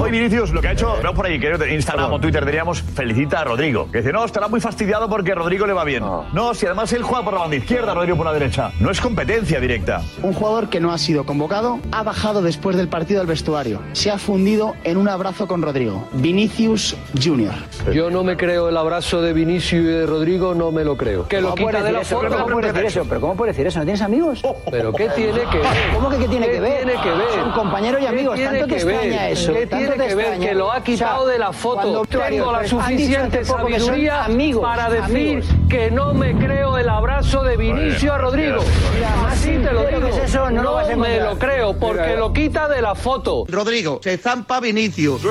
Hoy Vinicius lo que ha hecho, veo por ahí, que en Instagram o Twitter diríamos, felicita a Rodrigo. Que dice, no, estará muy fastidiado porque Rodrigo le va bien. No, si además él juega por la banda izquierda, Rodrigo por la derecha. No es competencia directa.
Un jugador que no ha sido convocado ha bajado después del partido al vestuario. Se ha fundido en un abrazo con Rodrigo. Vinicius Junior.
Yo no me creo el abrazo de Vinicius y de Rodrigo, no me lo creo. Que lo
¿Cómo puede
quita de
decir
la
eso?
forma.
¿Pero cómo puede decir eso? ¿Pero cómo puede decir eso? ¿No tienes amigos?
¿Pero qué tiene que ver?
¿Cómo que qué tiene
¿Qué
que ver?
tiene que ver?
Son compañeros y
¿Qué
amigos.
tiene
¿Tanto te
que ver?
extraña eso?
¿Qué
¿Tanto
tiene
te
que ver?
extraña?
Que lo ha quitado de la foto.
cuando tú-
Tengo la
pues, han dicho hace
suficiente
poco que son
sabiduría
amigos,
para decir
amigos.
que no me creo el abrazo de
bien,
Vinicio a Rodrigo.
Mira, más
Así te lo
sincero
digo.
que es eso, no lo vas a
me
encontrar.
lo creo, porque
Mira.
lo quita de la foto.
Rodrigo, se zampa Vinicius.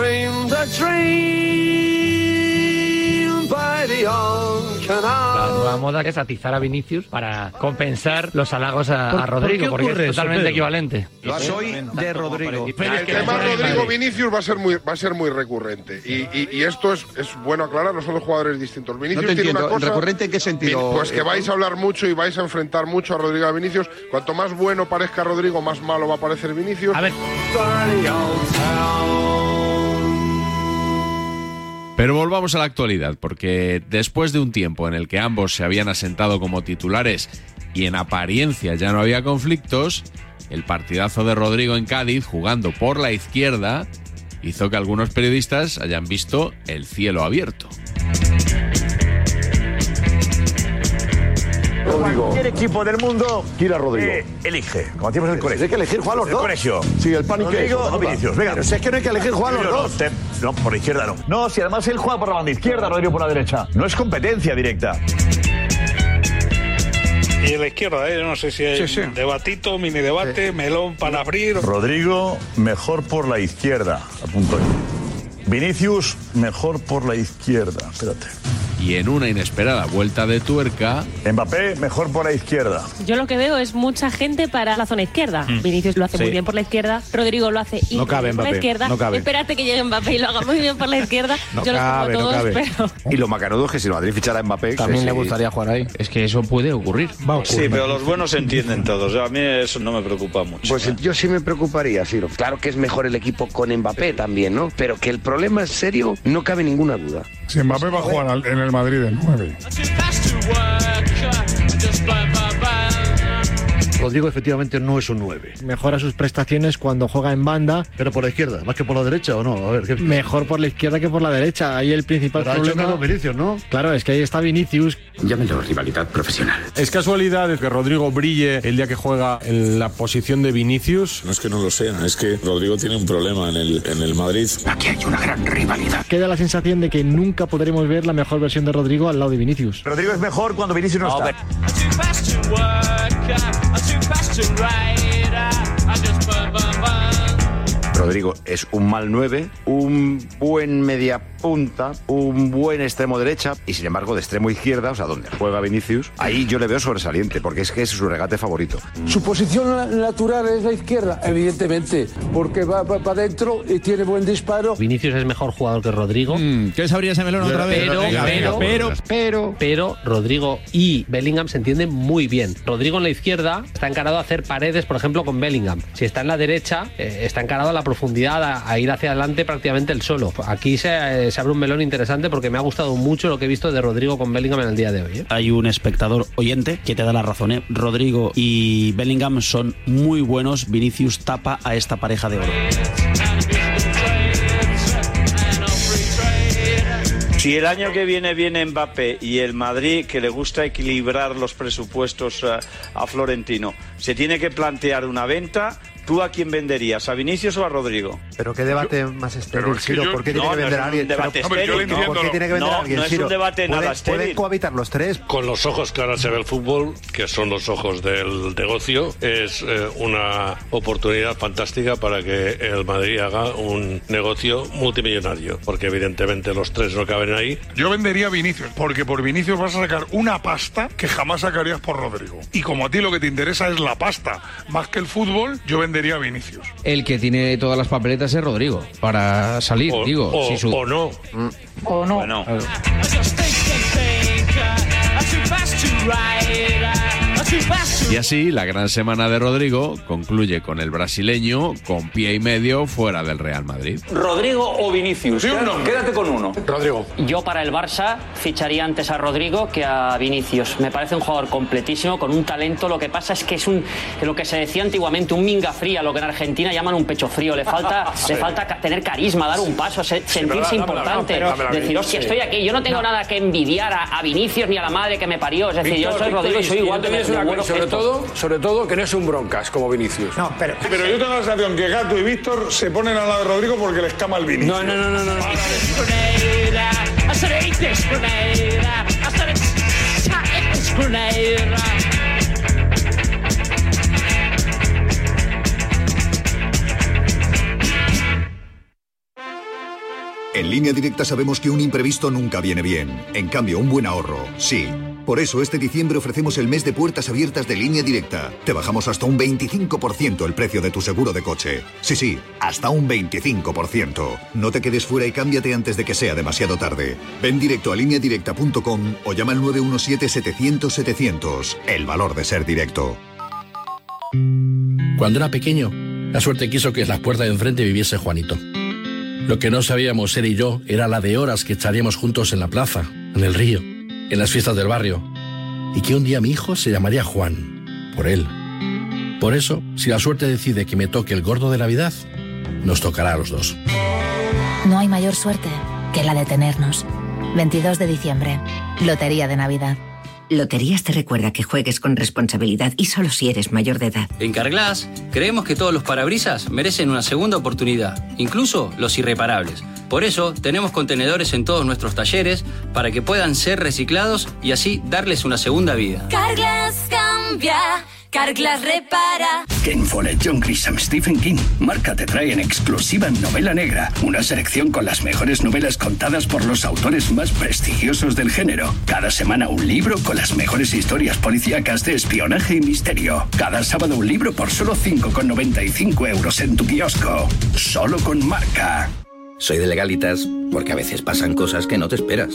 La nueva moda es atizar a Vinicius para compensar los halagos a,
¿Por-
a
por
Rodrigo,
qué
porque
ocurre
es
eso,
totalmente
Pedro?
equivalente.
soy de Rodrigo.
Pero
el tema Rodrigo Vinicius
va a ser muy, va a ser muy recurrente. Y, y- y esto es, es bueno aclarar, no son dos jugadores distintos. Vinicius
No te
tiene una
entiendo.
cosa.
¿Recurrente en qué sentido,
Vin- Pues que
eh,
vais a hablar mucho y vais a enfrentar mucho a Rodrigo y a Vinicius. Cuanto más bueno parezca Rodrigo, más malo va a parecer Vinicius. A ver.
Pero volvamos a la actualidad, porque después de un tiempo en el que ambos se habían asentado como titulares y en apariencia ya no había conflictos, el partidazo de Rodrigo en Cádiz jugando por la izquierda hizo que algunos periodistas hayan visto el cielo abierto.
Cualquier equipo del mundo quiere a Rodrigo. elige. Como hacíamos en el colegio. Hay que elegir jugar los dos. colegio. Sí, el
pan y
Rodrigo
queso,
o Vinicius. Venga.
Pero si es que no hay que elegir jugar los
No, no,
dos.
te- no, por la izquierda no. No, si además él juega por la banda izquierda, Rodrigo por la derecha. No es competencia directa.
Y en la izquierda, ¿eh? no sé si hay debatito, mini debate, melón para abrir.
Rodrigo, mejor por la izquierda. Apunto ahí. Vinicius, mejor por la izquierda. Espérate.
Y en una inesperada vuelta de tuerca...
Mbappé, mejor por la izquierda.
Yo lo que veo es mucha gente para la zona izquierda.
Mm.
Vinicius lo hace
Sí.
muy bien por la izquierda, Rodrigo lo hace increíble
Hmm. cabe
por la
Mbappé,
izquierda.
no cabe.
Espérate que llegue Mbappé y lo haga muy bien por la izquierda. Yo los pongo a todos, pero
Y lo macanudo es que si el Madrid fichara a Mbappé...
También le gustaría
jugar ahí.
Es que eso puede ocurrir.
ocurrir.
Sí, pero los buenos entienden todos. A mí eso no me preocupa mucho.
Pues yo sí me preocuparía, Ciro. Claro que es mejor el equipo con Mbappé también, ¿no? Pero que el problema es serio, no cabe ninguna duda.
Si Mbappé va a jugar al- en el Madrid de 9.
Rodrigo efectivamente no es un 9. Mejora sus prestaciones cuando juega en banda. Pero por la izquierda, más que por la derecha o no. A ver, Mejor por la izquierda que por la derecha. Ahí el principal
Pero ha hecho
problema.
menos Vinicius,
¿no? Claro, es que ahí está Vinicius.
Llámelo rivalidad profesional.
¿Es casualidad que Rodrigo brille el día que juega en la posición de Vinicius?
No es que no lo sea, es que Rodrigo tiene un problema en el, en el Madrid. Aquí hay una gran rivalidad.
Queda la sensación de que nunca podremos ver la mejor versión de Rodrigo al lado de Vinicius.
Rodrigo es mejor cuando Vinicius no está.
Rodrigo es un mal 9, un buen media punta, un buen extremo derecha y sin embargo de extremo izquierda, o sea, donde juega Vinicius, ahí yo le veo sobresaliente porque es que es su regate favorito.
Su posición natural es la izquierda, evidentemente, porque va para adentro y tiene buen disparo.
Vinicius es mejor jugador que Rodrigo.
¿Qué sabría ese melón otra vez? Pero, pero, pero, pero, Rodrigo y Bellingham se entienden muy bien. Rodrigo en la izquierda está encarado a hacer paredes, por ejemplo, con Bellingham. Si está en la derecha, eh, está encarado a la profundidad, a, a ir hacia adelante prácticamente el solo. Aquí se, eh, se abre un melón interesante porque me ha gustado mucho lo que he visto de Rodrigo con Bellingham en el día de hoy. ¿eh?
Hay un espectador oyente que te da la razón. ¿eh? Rodrigo y Bellingham son muy buenos. Vinicius tapa a esta pareja de oro.
Si el año que viene viene Mbappé y el Madrid, que le gusta equilibrar los presupuestos eh, a Florentino, se tiene que plantear una venta
¿Tú a quién venderías? ¿A Vinicius o a Rodrigo?
Pero qué debate más
Pero
estéril,
es que
Ciro.
yo-
¿Por qué
No,
tiene que
no
vender
es
a
un
alguien?
debate
Pero-
estéril,
¿por qué
no.
tiene que vender
No,
a alguien,
no es un
Ciro?
debate nada
¿Pueden-
estéril.
¿Pueden cohabitar los tres?
Con los ojos que ahora se ve el fútbol, que son los ojos del negocio, es eh, una oportunidad fantástica para que el Madrid haga un negocio multimillonario, porque evidentemente los tres no caben ahí.
Yo vendería a Vinicius, porque por Vinicius vas a sacar una pasta que jamás sacarías por Rodrigo. Y como a ti lo que te interesa es la pasta, más que el fútbol, yo vendería a Vinicius.
El que tiene todas las papeletas es Rodrigo, para salir,
O-
digo.
o-
si su-
o no.
O no.
Y así, la gran semana de Rodrigo concluye con el brasileño con pie y medio fuera del Real Madrid.
Rodrigo o Vinicius.
Di un
Quédate-
nombre.
Quédate con uno.
Rodrigo.
Yo para el Barça ficharía antes a Rodrigo que a Vinicius. Me parece un jugador completísimo, con un talento. Lo que pasa es que es un lo que se decía antiguamente, un minga fría, lo que en Argentina llaman un pecho frío. Le falta,
Sí.
le falta ca- tener carisma, dar un paso, se- sentirse
pero dámela,
importante.
dámela, dámela,
decir,
Vinicius.
hostia, estoy aquí. Yo no tengo
No.
nada que envidiar a, a Vinicius ni a la madre que me parió. Es decir, yo
Víctor,
soy
Víctor,
Rodrigo y soy
yo
igual
te
que
voy a
me,
decir una
me
cosa,
huelo
sobre
gestos.
todo, sobre todo que no es un broncas como Vinicius. No, pero
Pero yo tengo la sensación que Gato y Víctor se ponen al lado de Rodrigo porque les cama el Vinicius.
No, no, no, no, no.
En línea directa sabemos que un imprevisto nunca viene bien. En cambio, un buen ahorro, sí. Por eso este diciembre ofrecemos el mes de puertas abiertas de línea directa. Te bajamos hasta un 25% el precio de tu seguro de coche. Sí, sí, hasta un 25%. No te quedes fuera y cámbiate antes de que sea demasiado tarde. Ven directo a lineadirecta.com o llama al 917-700-700. El valor de ser directo.
Cuando era pequeño, la suerte quiso que en las puertas de enfrente viviese Juanito. Lo que no sabíamos él y yo era la de horas que echaríamos juntos en la plaza, en el río, en las fiestas del barrio. Y que un día mi hijo se llamaría Juan, por él. Por eso, si la suerte decide que me toque el gordo de Navidad, nos tocará a los dos.
No hay mayor suerte que la de tenernos. 22 de diciembre, Lotería de Navidad.
Loterías te recuerda que juegues con responsabilidad y solo si eres mayor de edad.
En Carglass creemos que todos los parabrisas merecen una segunda oportunidad, incluso los irreparables. Por eso tenemos contenedores en todos nuestros talleres para que puedan ser reciclados y así darles una segunda vida.
Carglas cambia, Carglas repara.
Ken Follett, John Grisham, Stephen King. Marca te trae en exclusiva Novela Negra, una selección con las mejores novelas contadas por los autores más prestigiosos del género. Cada semana un libro con las mejores historias policíacas de espionaje y misterio. Cada sábado un libro por solo 5,95 euros en tu kiosco. Solo con Marca.
Soy de legalitas porque a veces pasan cosas que no te esperas.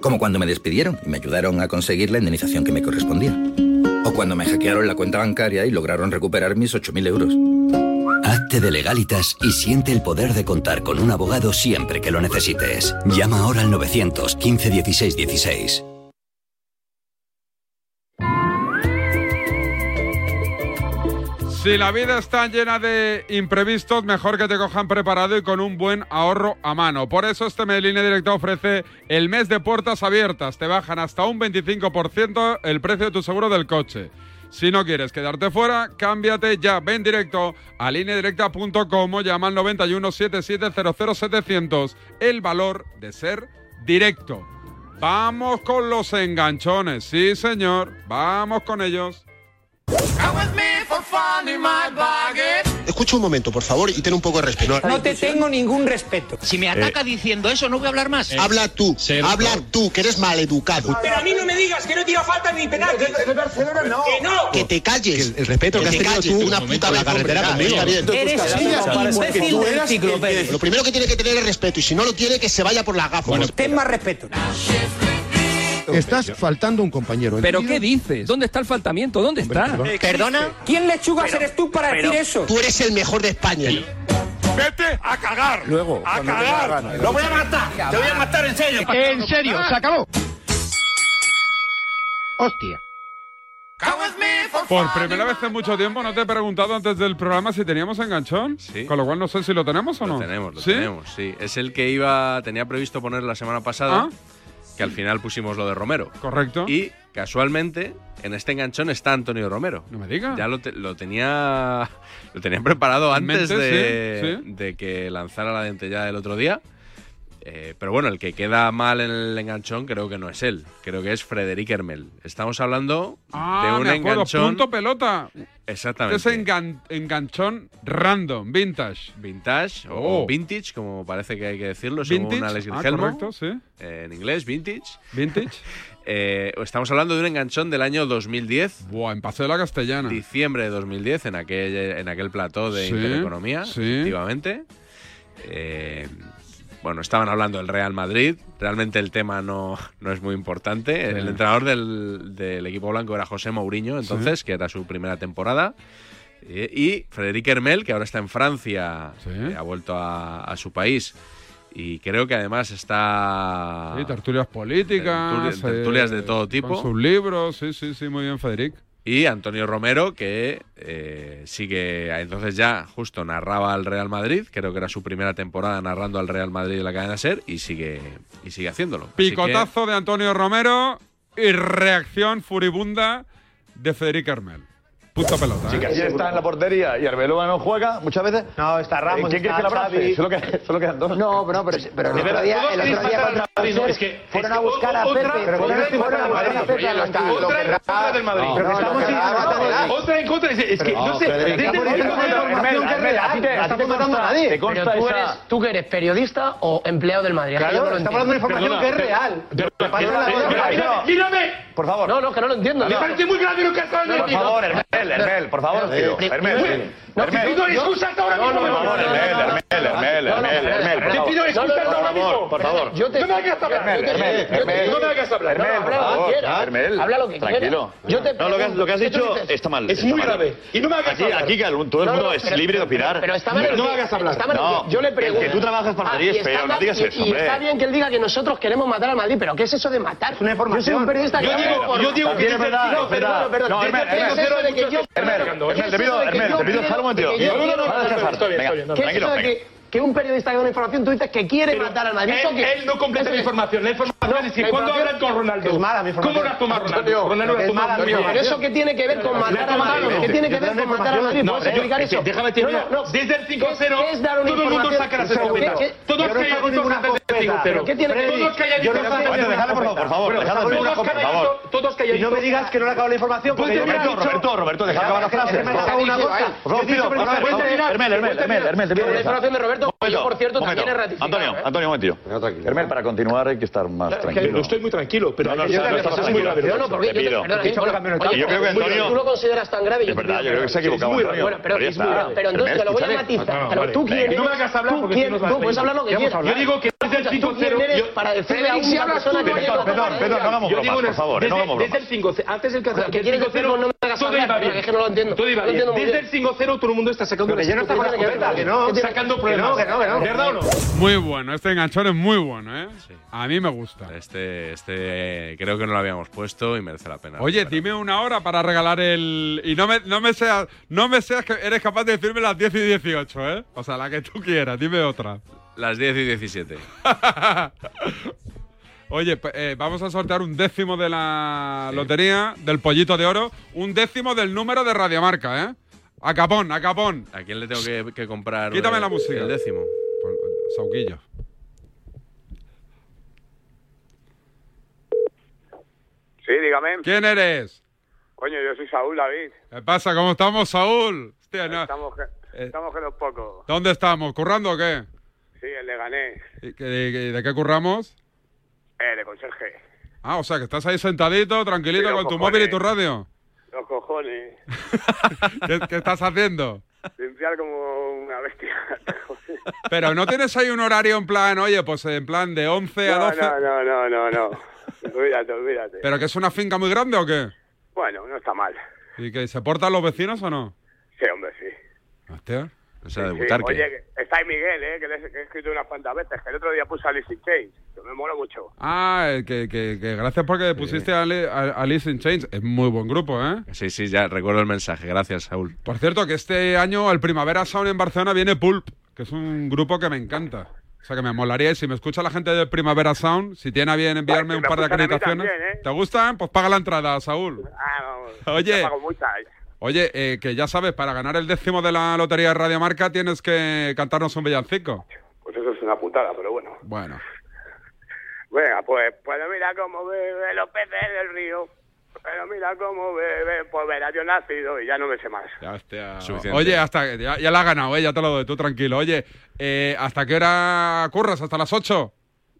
Como cuando me despidieron y me ayudaron a conseguir la indemnización que me correspondía. O cuando me hackearon la cuenta bancaria y lograron recuperar mis 8.000 euros.
Hazte de legalitas y siente el poder de contar con un abogado siempre que lo necesites. Llama ahora al 900 15 16 16.
Si la vida está llena de imprevistos, mejor que te cojan preparado y con un buen ahorro a mano. Por eso este mes Línea Directa ofrece el mes de puertas abiertas. Te bajan hasta un 25% el precio de tu seguro del coche. Si no quieres quedarte fuera, cámbiate ya. Ven directo a lineadirecta.com o llama al 91 77 700. El valor de ser directo. Vamos con los enganchones. Sí, señor. Vamos con ellos.
Escucha un momento, por favor, y ten un poco de respeto.
No te tengo ningún respeto. Si me ataca diciendo eso, no voy a hablar más.
Eh. Habla tú, habla tú, que eres maleducado.
Pero a mí no me digas que no tira falta ni penal. Que no.
Que te calles. el, respeto
que has tenido tú
una
un
puta
momento en la carretera conmigo. Eres un imbécil del ciclo, Pérez.
Lo primero que tiene que tener es respeto y si no lo tiene que se vaya por la gafa. ten más respeto.
Estás faltando un compañero.
¿eh?
¿Pero
¿entendido?
qué dices? ¿Dónde está el faltamiento? ¿Dónde está?
perdón.
¿Quién lechugas
Pero-
eres tú para
pero-
decir eso?
Tú eres el mejor de España.
Vete a cagar.
Luego,
A
cuando te dé la gana.
cagar. Lo voy a matar. Te voy a matar en serio. En serio, se acabó.
Hostia.
Por primera vez en mucho tiempo no te he preguntado antes del programa si teníamos enganchón. Con lo cual no sé si lo tenemos o no. Lo tenemos, lo ¿Sí? tenemos, sí. Es el que iba, tenía previsto poner la semana pasada. Ah.
que al final pusimos lo de Romero.
Correcto.
Y casualmente, en este enganchón está Antonio Romero.
No me diga.
Ya lo, te- lo tenía lo tenía preparado
En
antes
mente,
de,
sí,
de que lanzara la dentellada del otro día. Eh, pero bueno, el que queda mal en el enganchón creo que no es él. Creo que es Frederic Hermel. Estamos hablando
Ah,
de un
me acuerdo,
enganchón.
punto pelota.
Exactamente.
Ese engan- enganchón random, vintage.
Vintage
Oh.
o vintage, como parece que hay que decirlo, según
Vintage,
Alex
ah,
Grigelmo.
correcto, sí.
Eh, en inglés, vintage.
Vintage.
Eh, estamos hablando de un enganchón del año 2010.
Buah, en Paseo de la Castellana.
Diciembre de 2010, en aquel, en aquel plató de
Sí,
Intereconomía,
sí.
efectivamente. Eh, bueno, estaban hablando del Real Madrid. Realmente el tema no, no es muy importante. El
Sí.
entrenador del, del equipo blanco era José Mourinho, entonces, que era su primera temporada. Eh, Y Frederic Hermel, que ahora está en Francia, eh, ha vuelto a, a su país. Y creo que además está.
Sí, tertulias políticas. eh,
Tertulia- Ah. tertulias de todo tipo.
Ah, Con sus libros, sí, sí, sí, muy bien, Federic.
Y Antonio Romero, que eh, sigue. Entonces ya justo narraba al Real Madrid. Creo que era su primera temporada narrando al Real Madrid de la cadena Ser. Y sigue, y sigue haciéndolo. Así que-
Picotazo de Antonio Romero y reacción furibunda de Federic Armel. Punto pelota. ¿eh?
Y está en la portería y Arbeloa no juega muchas veces. No, está
Ramos, está
¿Quién quiere que la abrace?
Xavi.
Solo, que, solo quedan dos. No, pero no, pero,
el otro día- el otro día contra el Madrid, es que-
fueron
es
a
que
buscar a
otra-
Pepe.
pero
fueron
otra
fueron a
en contra del
buscar a
Madrid.
Pepe. a los
Oye,
campos.
lo que
contra del Madrid. Pero que estamos insinuando-
Otra en contra. Es que
Federico, Federico,
no sé. desde- desde-
Federico,
Hermel,
Federico, Federico,
Hermel, a ti te-
Federico,
a ti te
Federico,
consta-
Federico, Federico,
te consta Pero tú esa- eres- tú que eres periodista o empleado del Madrid. Es que Claro, yo no lo estamos dando entiendo. información que es Perdona. real. Pero- Me parece una Mírame, vergüenza. mírame,
Por favor.
No, no, que no lo entiendo. Me no. parece muy grave lo que has estado No, diciendo. Por favor, Hermel,
Hermel, por favor,
tío. Hermel.
No,
Hermel.
te pido excusas ahora
No,
mismo.
no, no,
Por favor,
no, no,
Hermel,
no, no, no.
Hermel, Hermel, Hermel, Hermel,
No, no, Hermel, Hermel,
por
Te pido
favor.
excusas
No, no,
ahora
por favor,
mismo.
por favor.
Yo te-
No me hagas hablar.
Hermel,
Yo te- yo
Hermel,
te- Hermel.
No me hagas hablar.
Hermel,
No, habla
por
lo que
favor.
quieras.
Hermel.
Habla lo que quieras.
Tranquilo.
Yo te
No, lo que has- lo que has
pregunto,
dicho
¿qué tú dices?
está mal,
Es
está
muy
mal.
grave. Y no me hagas
Aquí-
hablar.
aquí que el- todo el
No,
mundo
no,
es
pero-
libre de opinar.
Pero está mal.
No,
el
no
que-
me hagas hablar.
está mal el
No,
que- Yo le
el que
pregunto. Ah,
tú trabajas para Madrid
y
es
está
feo, no
mal-
digas
y-
eso,
Y
hombre.
está bien que él diga que nosotros queremos matar al Madrid, pero ¿qué es eso de matar? una Yo soy un periodista que
Yo
hago
digo-
por
yo digo
matar.
que es verdad,
No,
es verdad.
perdón, perdón.
No, Hermel,
¿Qué es
Hermel,
eso de que yo-
Hermel, te pido,
¿qué es eso de que
Hermel,
yo
te pido
quiero-
dejar un momentito.
que yo
No, no, no,
quiero-
no, dejar,
estoy bien,
venga,
estoy bien, no, ¿Qué es
tranquilo,
eso de
venga.
que- que un periodista que da una información, tú dices que quiere matar al Madrid. Él, ¿Eso qué? él no completa la información. La información es la que cuando información hablan con Ronaldo. es mala mi información. ¿Cómo la toma Ronaldo? Antonio, Ronaldo la es toma mala mi Antonio. información. ¿Eso qué tiene que ver con La matar toma al Madrid? Ronaldo. ¿Qué tiene que Yo ver doy con la matar al Madrid? información. ¿Puedes No, explicar eh, eso? déjame terminar. No, no, no. Desde el 5-0, 5-0, todo el mundo saca las escopetas. Todos Todos calladitos calladitos antes del 5-0. Todos calladitos
Yo no
antes del
Roberto, dejadle, por favor, por favor,
Bueno,
dejadle,
todos
por favor, por
calladitos,
favor.
todos
Y
calladitos.
no me digas que no le acabo la información, porque
Pues te
Roberto,
hubiera dicho-
Roberto, Roberto, deja acabar la frase.
Hermel,
Por favor,
Hermel,
una cosa.
Hermel,
Por favor,
Hermel,
pido,
Hermel,
por favor,
Hermel,
Hermel, Hermel,
Hermel,
Hermel, Hermel, te pido una cosa.
Hermel, información de Roberto, que yo, por cierto,
Momento,
también he
momento.
ratificado,
Antonio,
¿eh?
Antonio, un momentillo. Hermel, para continuar hay que estar más
Claro, es que
tranquilo.
no estoy
muy tranquilo, pero
no, no, no, estás muy grave. No, no, porque yo te-
Yo
perdona, eh, es muy grave.
creo que
Oye,
Antonio...
Tú lo consideras tan grave.
Es verdad, yo creo que se ha equivocado.
Es muy
Antonio.
Bueno, pero
ya
es muy
está.
grave. Pero entonces te lo voy a
Escúchame.
matizar.
Ah,
Pero
vale.
tú quién
Venga.
eres.
No me hagas hablar
Tú
porque
quién-
si no nos vas
Tú puedes
a
hablar lo que
ir.
quieras.
Yo digo que
desde el
cero, yo-
Para decirle a
Federico, si
una
hablas
persona
tú,
que
perdón, perdón, perdón, no hagamos bromas, por favor, no hagamos
Desde
bromas.
el 5-0, antes del 4-0,
que
que quieres
el 5-0
decirlo, no me hagas
todo
hablar,
iba bien.
porque es que no lo entiendo.
Todo iba
No entiendo
bien.
muy
Desde
bien.
el
5-0 todo el mundo está sacando
Pero que yo no estaba con la escopeta, que no.
Sacando problemas.
Que no, que no, que no.
¿Verdad o no?
Muy bueno, este enganchón es muy bueno, ¿eh? A mí me gusta.
Este, este creo que no lo habíamos puesto y merece la pena.
Oye, dime una hora para regalar el. Y no me, no me seas. No me seas que eres capaz de decirme las 10 y 18, ¿eh? O sea, la que tú quieras, dime otra.
Las 10 y 17.
Oye, pe- eh, vamos a sortear un décimo de la lotería del pollito de oro, un décimo del número de Radiomarca, ¿eh? A capón, a capón.
¿A quién le tengo que, que comprar?
Quítame
eh,
la música. Pues,
El décimo.
Sauquillo.
Sí, dígame.
¿Quién eres?
Coño, yo soy Saúl David.
¿Qué pasa? ¿Cómo estamos, Saúl? Hostia, no- Eh.
Estamos, que, estamos que los pocos.
¿Dónde estamos? ¿Currando o qué?
Sí, el Leganés,
¿Y qué- ¿De, de qué curramos?
el Eh, de conserje.
Ah, o sea, que estás ahí sentadito, tranquilito,
Sí,
con
los
tu
cojones.
móvil y tu radio.
Los cojones.
¿Qué, qué estás haciendo?
Limpiar como una bestia.
Pero no tienes ahí un horario en plan, oye, pues en plan de 11 a
no,
12.
no, no, no, no, no. Olvídate, olvídate.
¿Pero que es una finca muy grande o qué?
Bueno, no está mal.
¿Y que se portan los vecinos o no?
Sí, hombre, sí.
Hostia.
O sea, de
Sí, Oye, que- está ahí Miguel, ¿eh? que le he- que he escrito unas cuantas veces, que el otro día puse a Alice in Chains, que me mola mucho.
Ah, eh, que, que- que gracias porque pusiste a, Li- a- a Alice in Chains. Es muy buen grupo, ¿eh?
Sí, sí, ya recuerdo el mensaje. Gracias, Saúl.
Por cierto, que este año al Primavera Sound en Barcelona viene Pulp, que es un grupo que me encanta. O sea que me molaría y si me escucha la gente de Primavera Sound, si tiene a bien enviarme
Ay,
un
que me
par de
escuchan a mí
acreditaciones.
también, ¿eh?
¿Te gustan? Pues paga la entrada, Saúl.
Ah, no,
Oye.
yo pago muchas.
Oye, eh, que ya sabes, para ganar el décimo de la lotería de Radio Marca tienes que cantarnos un villancico.
Pues eso es una putada, pero bueno.
Bueno.
Venga, pues, pero mira cómo bebe los peces del río. Pero mira cómo bebe, pues verás, yo nacido y ya no me sé más.
Suficiente. Oye, hasta que- ya, ya la has ganado, eh, ya te lo doy, tú tranquilo. Oye, eh, ¿hasta qué hora curras? ¿Hasta las 8?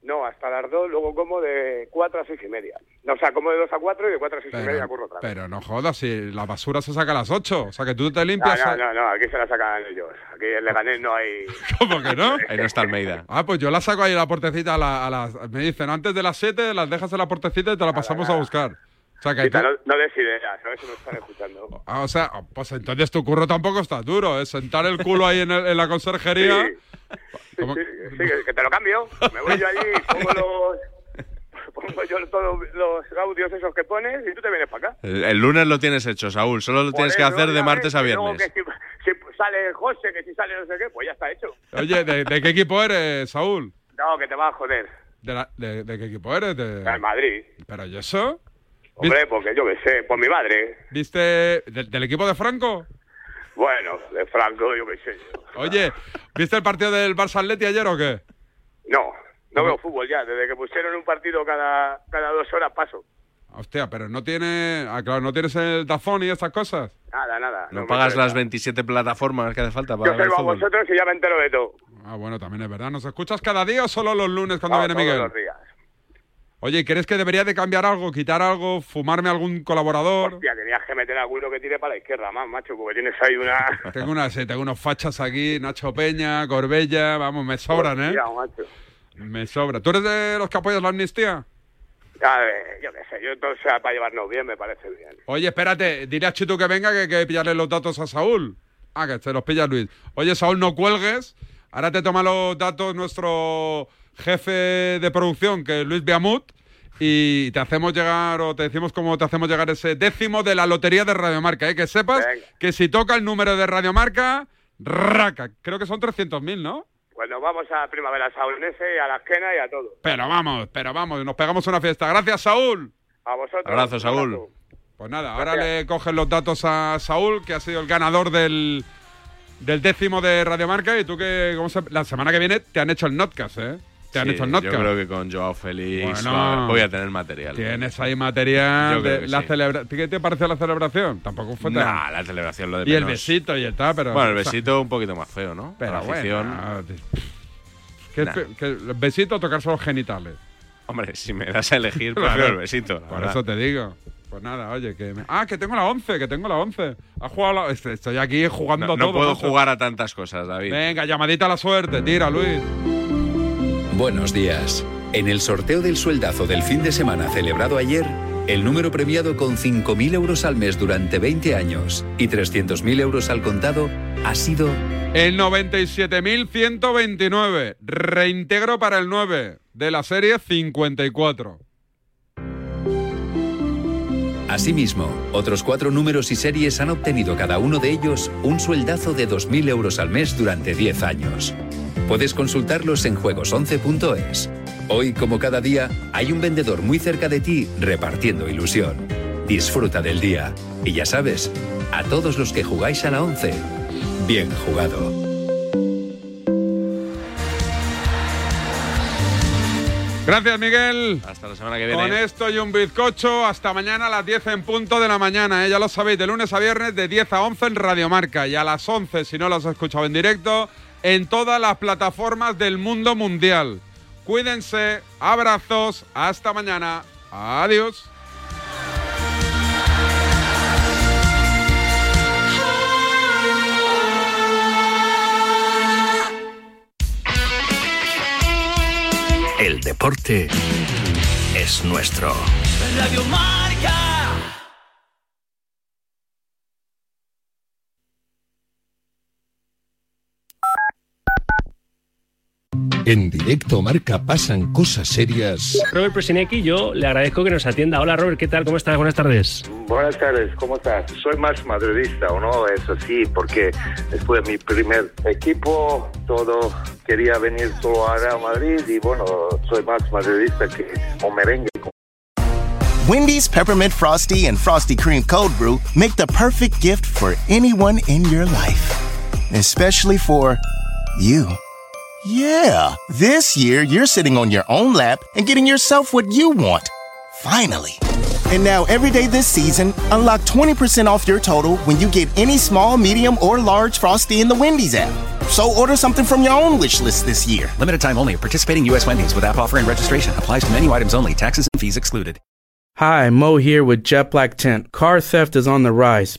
No, hasta las dos, luego como de cuatro a seis y media. No, o sea, como de dos a cuatro y de cuatro a seis y media curro otra vez.
Pero no jodas, si la basura se saca a las 8. O sea, que tú te limpias.
no,
a-
no, no, no, aquí se la sacan ellos. Aquí en Leganés no hay...
¿Cómo que no?
Ahí no está Almeida.
Ah, pues yo la saco ahí a la portecita a, la- a las. Me dicen, antes de las 7 las dejas en la portecita y te la pasamos a buscar. O sea, que
Quita,
tú-
no, no des ideas, ¿no? Eso me están escuchando.
Ah, o sea, pues entonces tu curro tampoco está duro, es sentar el culo ahí en, el- en la conserjería.
Sí, sí, sí, que- que te lo cambio. Me voy yo allí, pongo los... Pongo yo todos los audios esos que pones y tú te vienes para acá.
El, el lunes lo tienes hecho, Saúl. Solo lo tienes que
Joder,
hacer
no,
de
ya ves,
martes a
que luego
viernes.
que si, si sale José, que si sale no sé qué, pues ya está hecho.
Oye, ¿de, de qué equipo eres, Saúl?
No, que te va a joder.
¿De, la- de- de qué equipo eres? De-
Al Madrid.
¿Pero y eso?
Hombre, porque yo qué sé, por mi madre.
¿Viste de- del equipo de Franco?
Bueno, de Franco, yo qué sé.
Oye, ¿viste el partido del Barça Atleti ayer o qué?
No, no veo fútbol ya. Desde que pusieron un partido cada, cada dos horas paso.
Hostia, pero no tiene, ah, claro, no tienes el tazón y estas cosas.
Nada, nada.
No
me
pagas
interesa.
las 27 plataformas que hace falta para
Yo
ver el
salgo a
fútbol.
vosotros y ya me entero de todo.
Ah, bueno, también es verdad. ¿Nos escuchas cada día o solo los lunes cuando
Ah,
viene
todos
Miguel?
los días.
Oye, ¿crees que debería de cambiar algo, quitar algo, fumarme algún colaborador?
Hostia, tenías que meter alguno que tire para la izquierda más, macho, porque tienes ahí una...
Tengo, una, sí, tengo unos fachas aquí, Nacho Peña, Corbella, vamos, me sobran, ¿eh?
Hostia, macho.
Me sobra. ¿Tú eres de los que apoyas la amnistía?
A ver, yo qué sé, yo entonces para llevarnos bien me parece bien.
Oye, espérate, dile a Chitu que venga que hay que pillarle los datos a Saúl. Ah, que te los pilla Luis. Oye, Saúl, no cuelgues. Ahora te toma los datos nuestro jefe de producción, que es Luis Biamut, y te hacemos llegar, o te decimos cómo te hacemos llegar ese décimo de la lotería de Radiomarca. ¿eh? Que sepas que si toca el número de Radiomarca, raca. Creo que son 300.000, ¿no?
Bueno, Pues vamos a Primavera Saunense, a la Esquena y a todo.
Pero vamos, pero vamos, nos pegamos una fiesta. Gracias, Saúl.
A vosotros.
Abrazo, Saúl. Pues nada, ahora
Gracias.
le cogen los datos a Saúl, que ha sido el ganador del, del décimo de Radiomarca. Y tú que ¿cómo se- la semana que viene te han hecho el notcast, ¿eh? Te han
Sí,
hecho el
Yo
notcast.
creo que con Joao Félix
Bueno.
va- voy a tener material.
Tienes ahí material
Yo creo
de
que
la
sí.
celebra- ¿Qué te pareció la celebración? Tampoco fue tan...
Nah, la celebración lo de
y el
menos.
besito y tal, pero...
Bueno, el
o sea,
besito un poquito más feo, ¿no?
Pero
Para la afición.
bueno, que-
Nah.
que- el besito o tocarse los genitales.
Hombre, si me das a elegir, prefiero
Claro.
el besito. la
Por
verdad.
eso te digo. Pues nada, oye, que... me- Ah, que tengo la 11, que tengo la 11. Ha jugado la- Este- Estoy aquí jugando
No,
todo.
no puedo
macho.
jugar a tantas cosas, David.
Venga, llamadita a la suerte, tira, Luis.
Buenos días. En el sorteo del sueldazo del fin de semana celebrado ayer, el número premiado con 5.000 euros al mes durante 20 años y 300.000 euros al contado ha sido...
El 97.129. Reintegro para el 9 de la serie 54.
Asimismo, otros cuatro números y series han obtenido cada uno de ellos un sueldazo de 2.000 euros al mes durante 10 años. Puedes consultarlos en juegos11.es. Hoy, como cada día, hay un vendedor muy cerca de ti repartiendo ilusión. Disfruta del día. Y ya sabes, a todos los que jugáis a la 11, bien jugado.
Gracias, Miguel.
Hasta la semana que viene.
Con esto y un bizcocho, hasta mañana a las 10 en punto de la mañana. ¿eh? Ya lo sabéis, de lunes a viernes de 10 a 11 en Radiomarca. Y a las 11, si no lo has escuchado en directo, en todas las plataformas del mundo mundial. Cuídense, abrazos, hasta mañana. Adiós.
El deporte es nuestro.
Radio Marca.
En directo marca pasan cosas serias.
Robert Presinecki, yo le agradezco que nos atienda. Hola Robert, ¿qué tal? ¿Cómo estás? Buenas tardes.
Buenas tardes, ¿cómo estás? Soy más madridista, ¿o no? Eso sí, porque después de mi primer equipo, todo quería venir solo a Real Madrid y bueno, soy más madridista que un merengue.
Wendy's Peppermint Frosty and Frosty Cream Cold Brew make the perfect gift for anyone in your life, especially for you. Yeah, this year you're sitting on your own lap and getting yourself what you want. Finally. And now, every day this season, unlock 20% off your total when you get any small, medium, or large Frosty in the Wendy's app. So order something from your own wish list this year.
Limited time only. Participating U.S. Wendy's with app offer and registration applies to menu items only. Taxes and fees excluded.
Hi, Mo here with Jet Black Tent. Car theft is on the rise.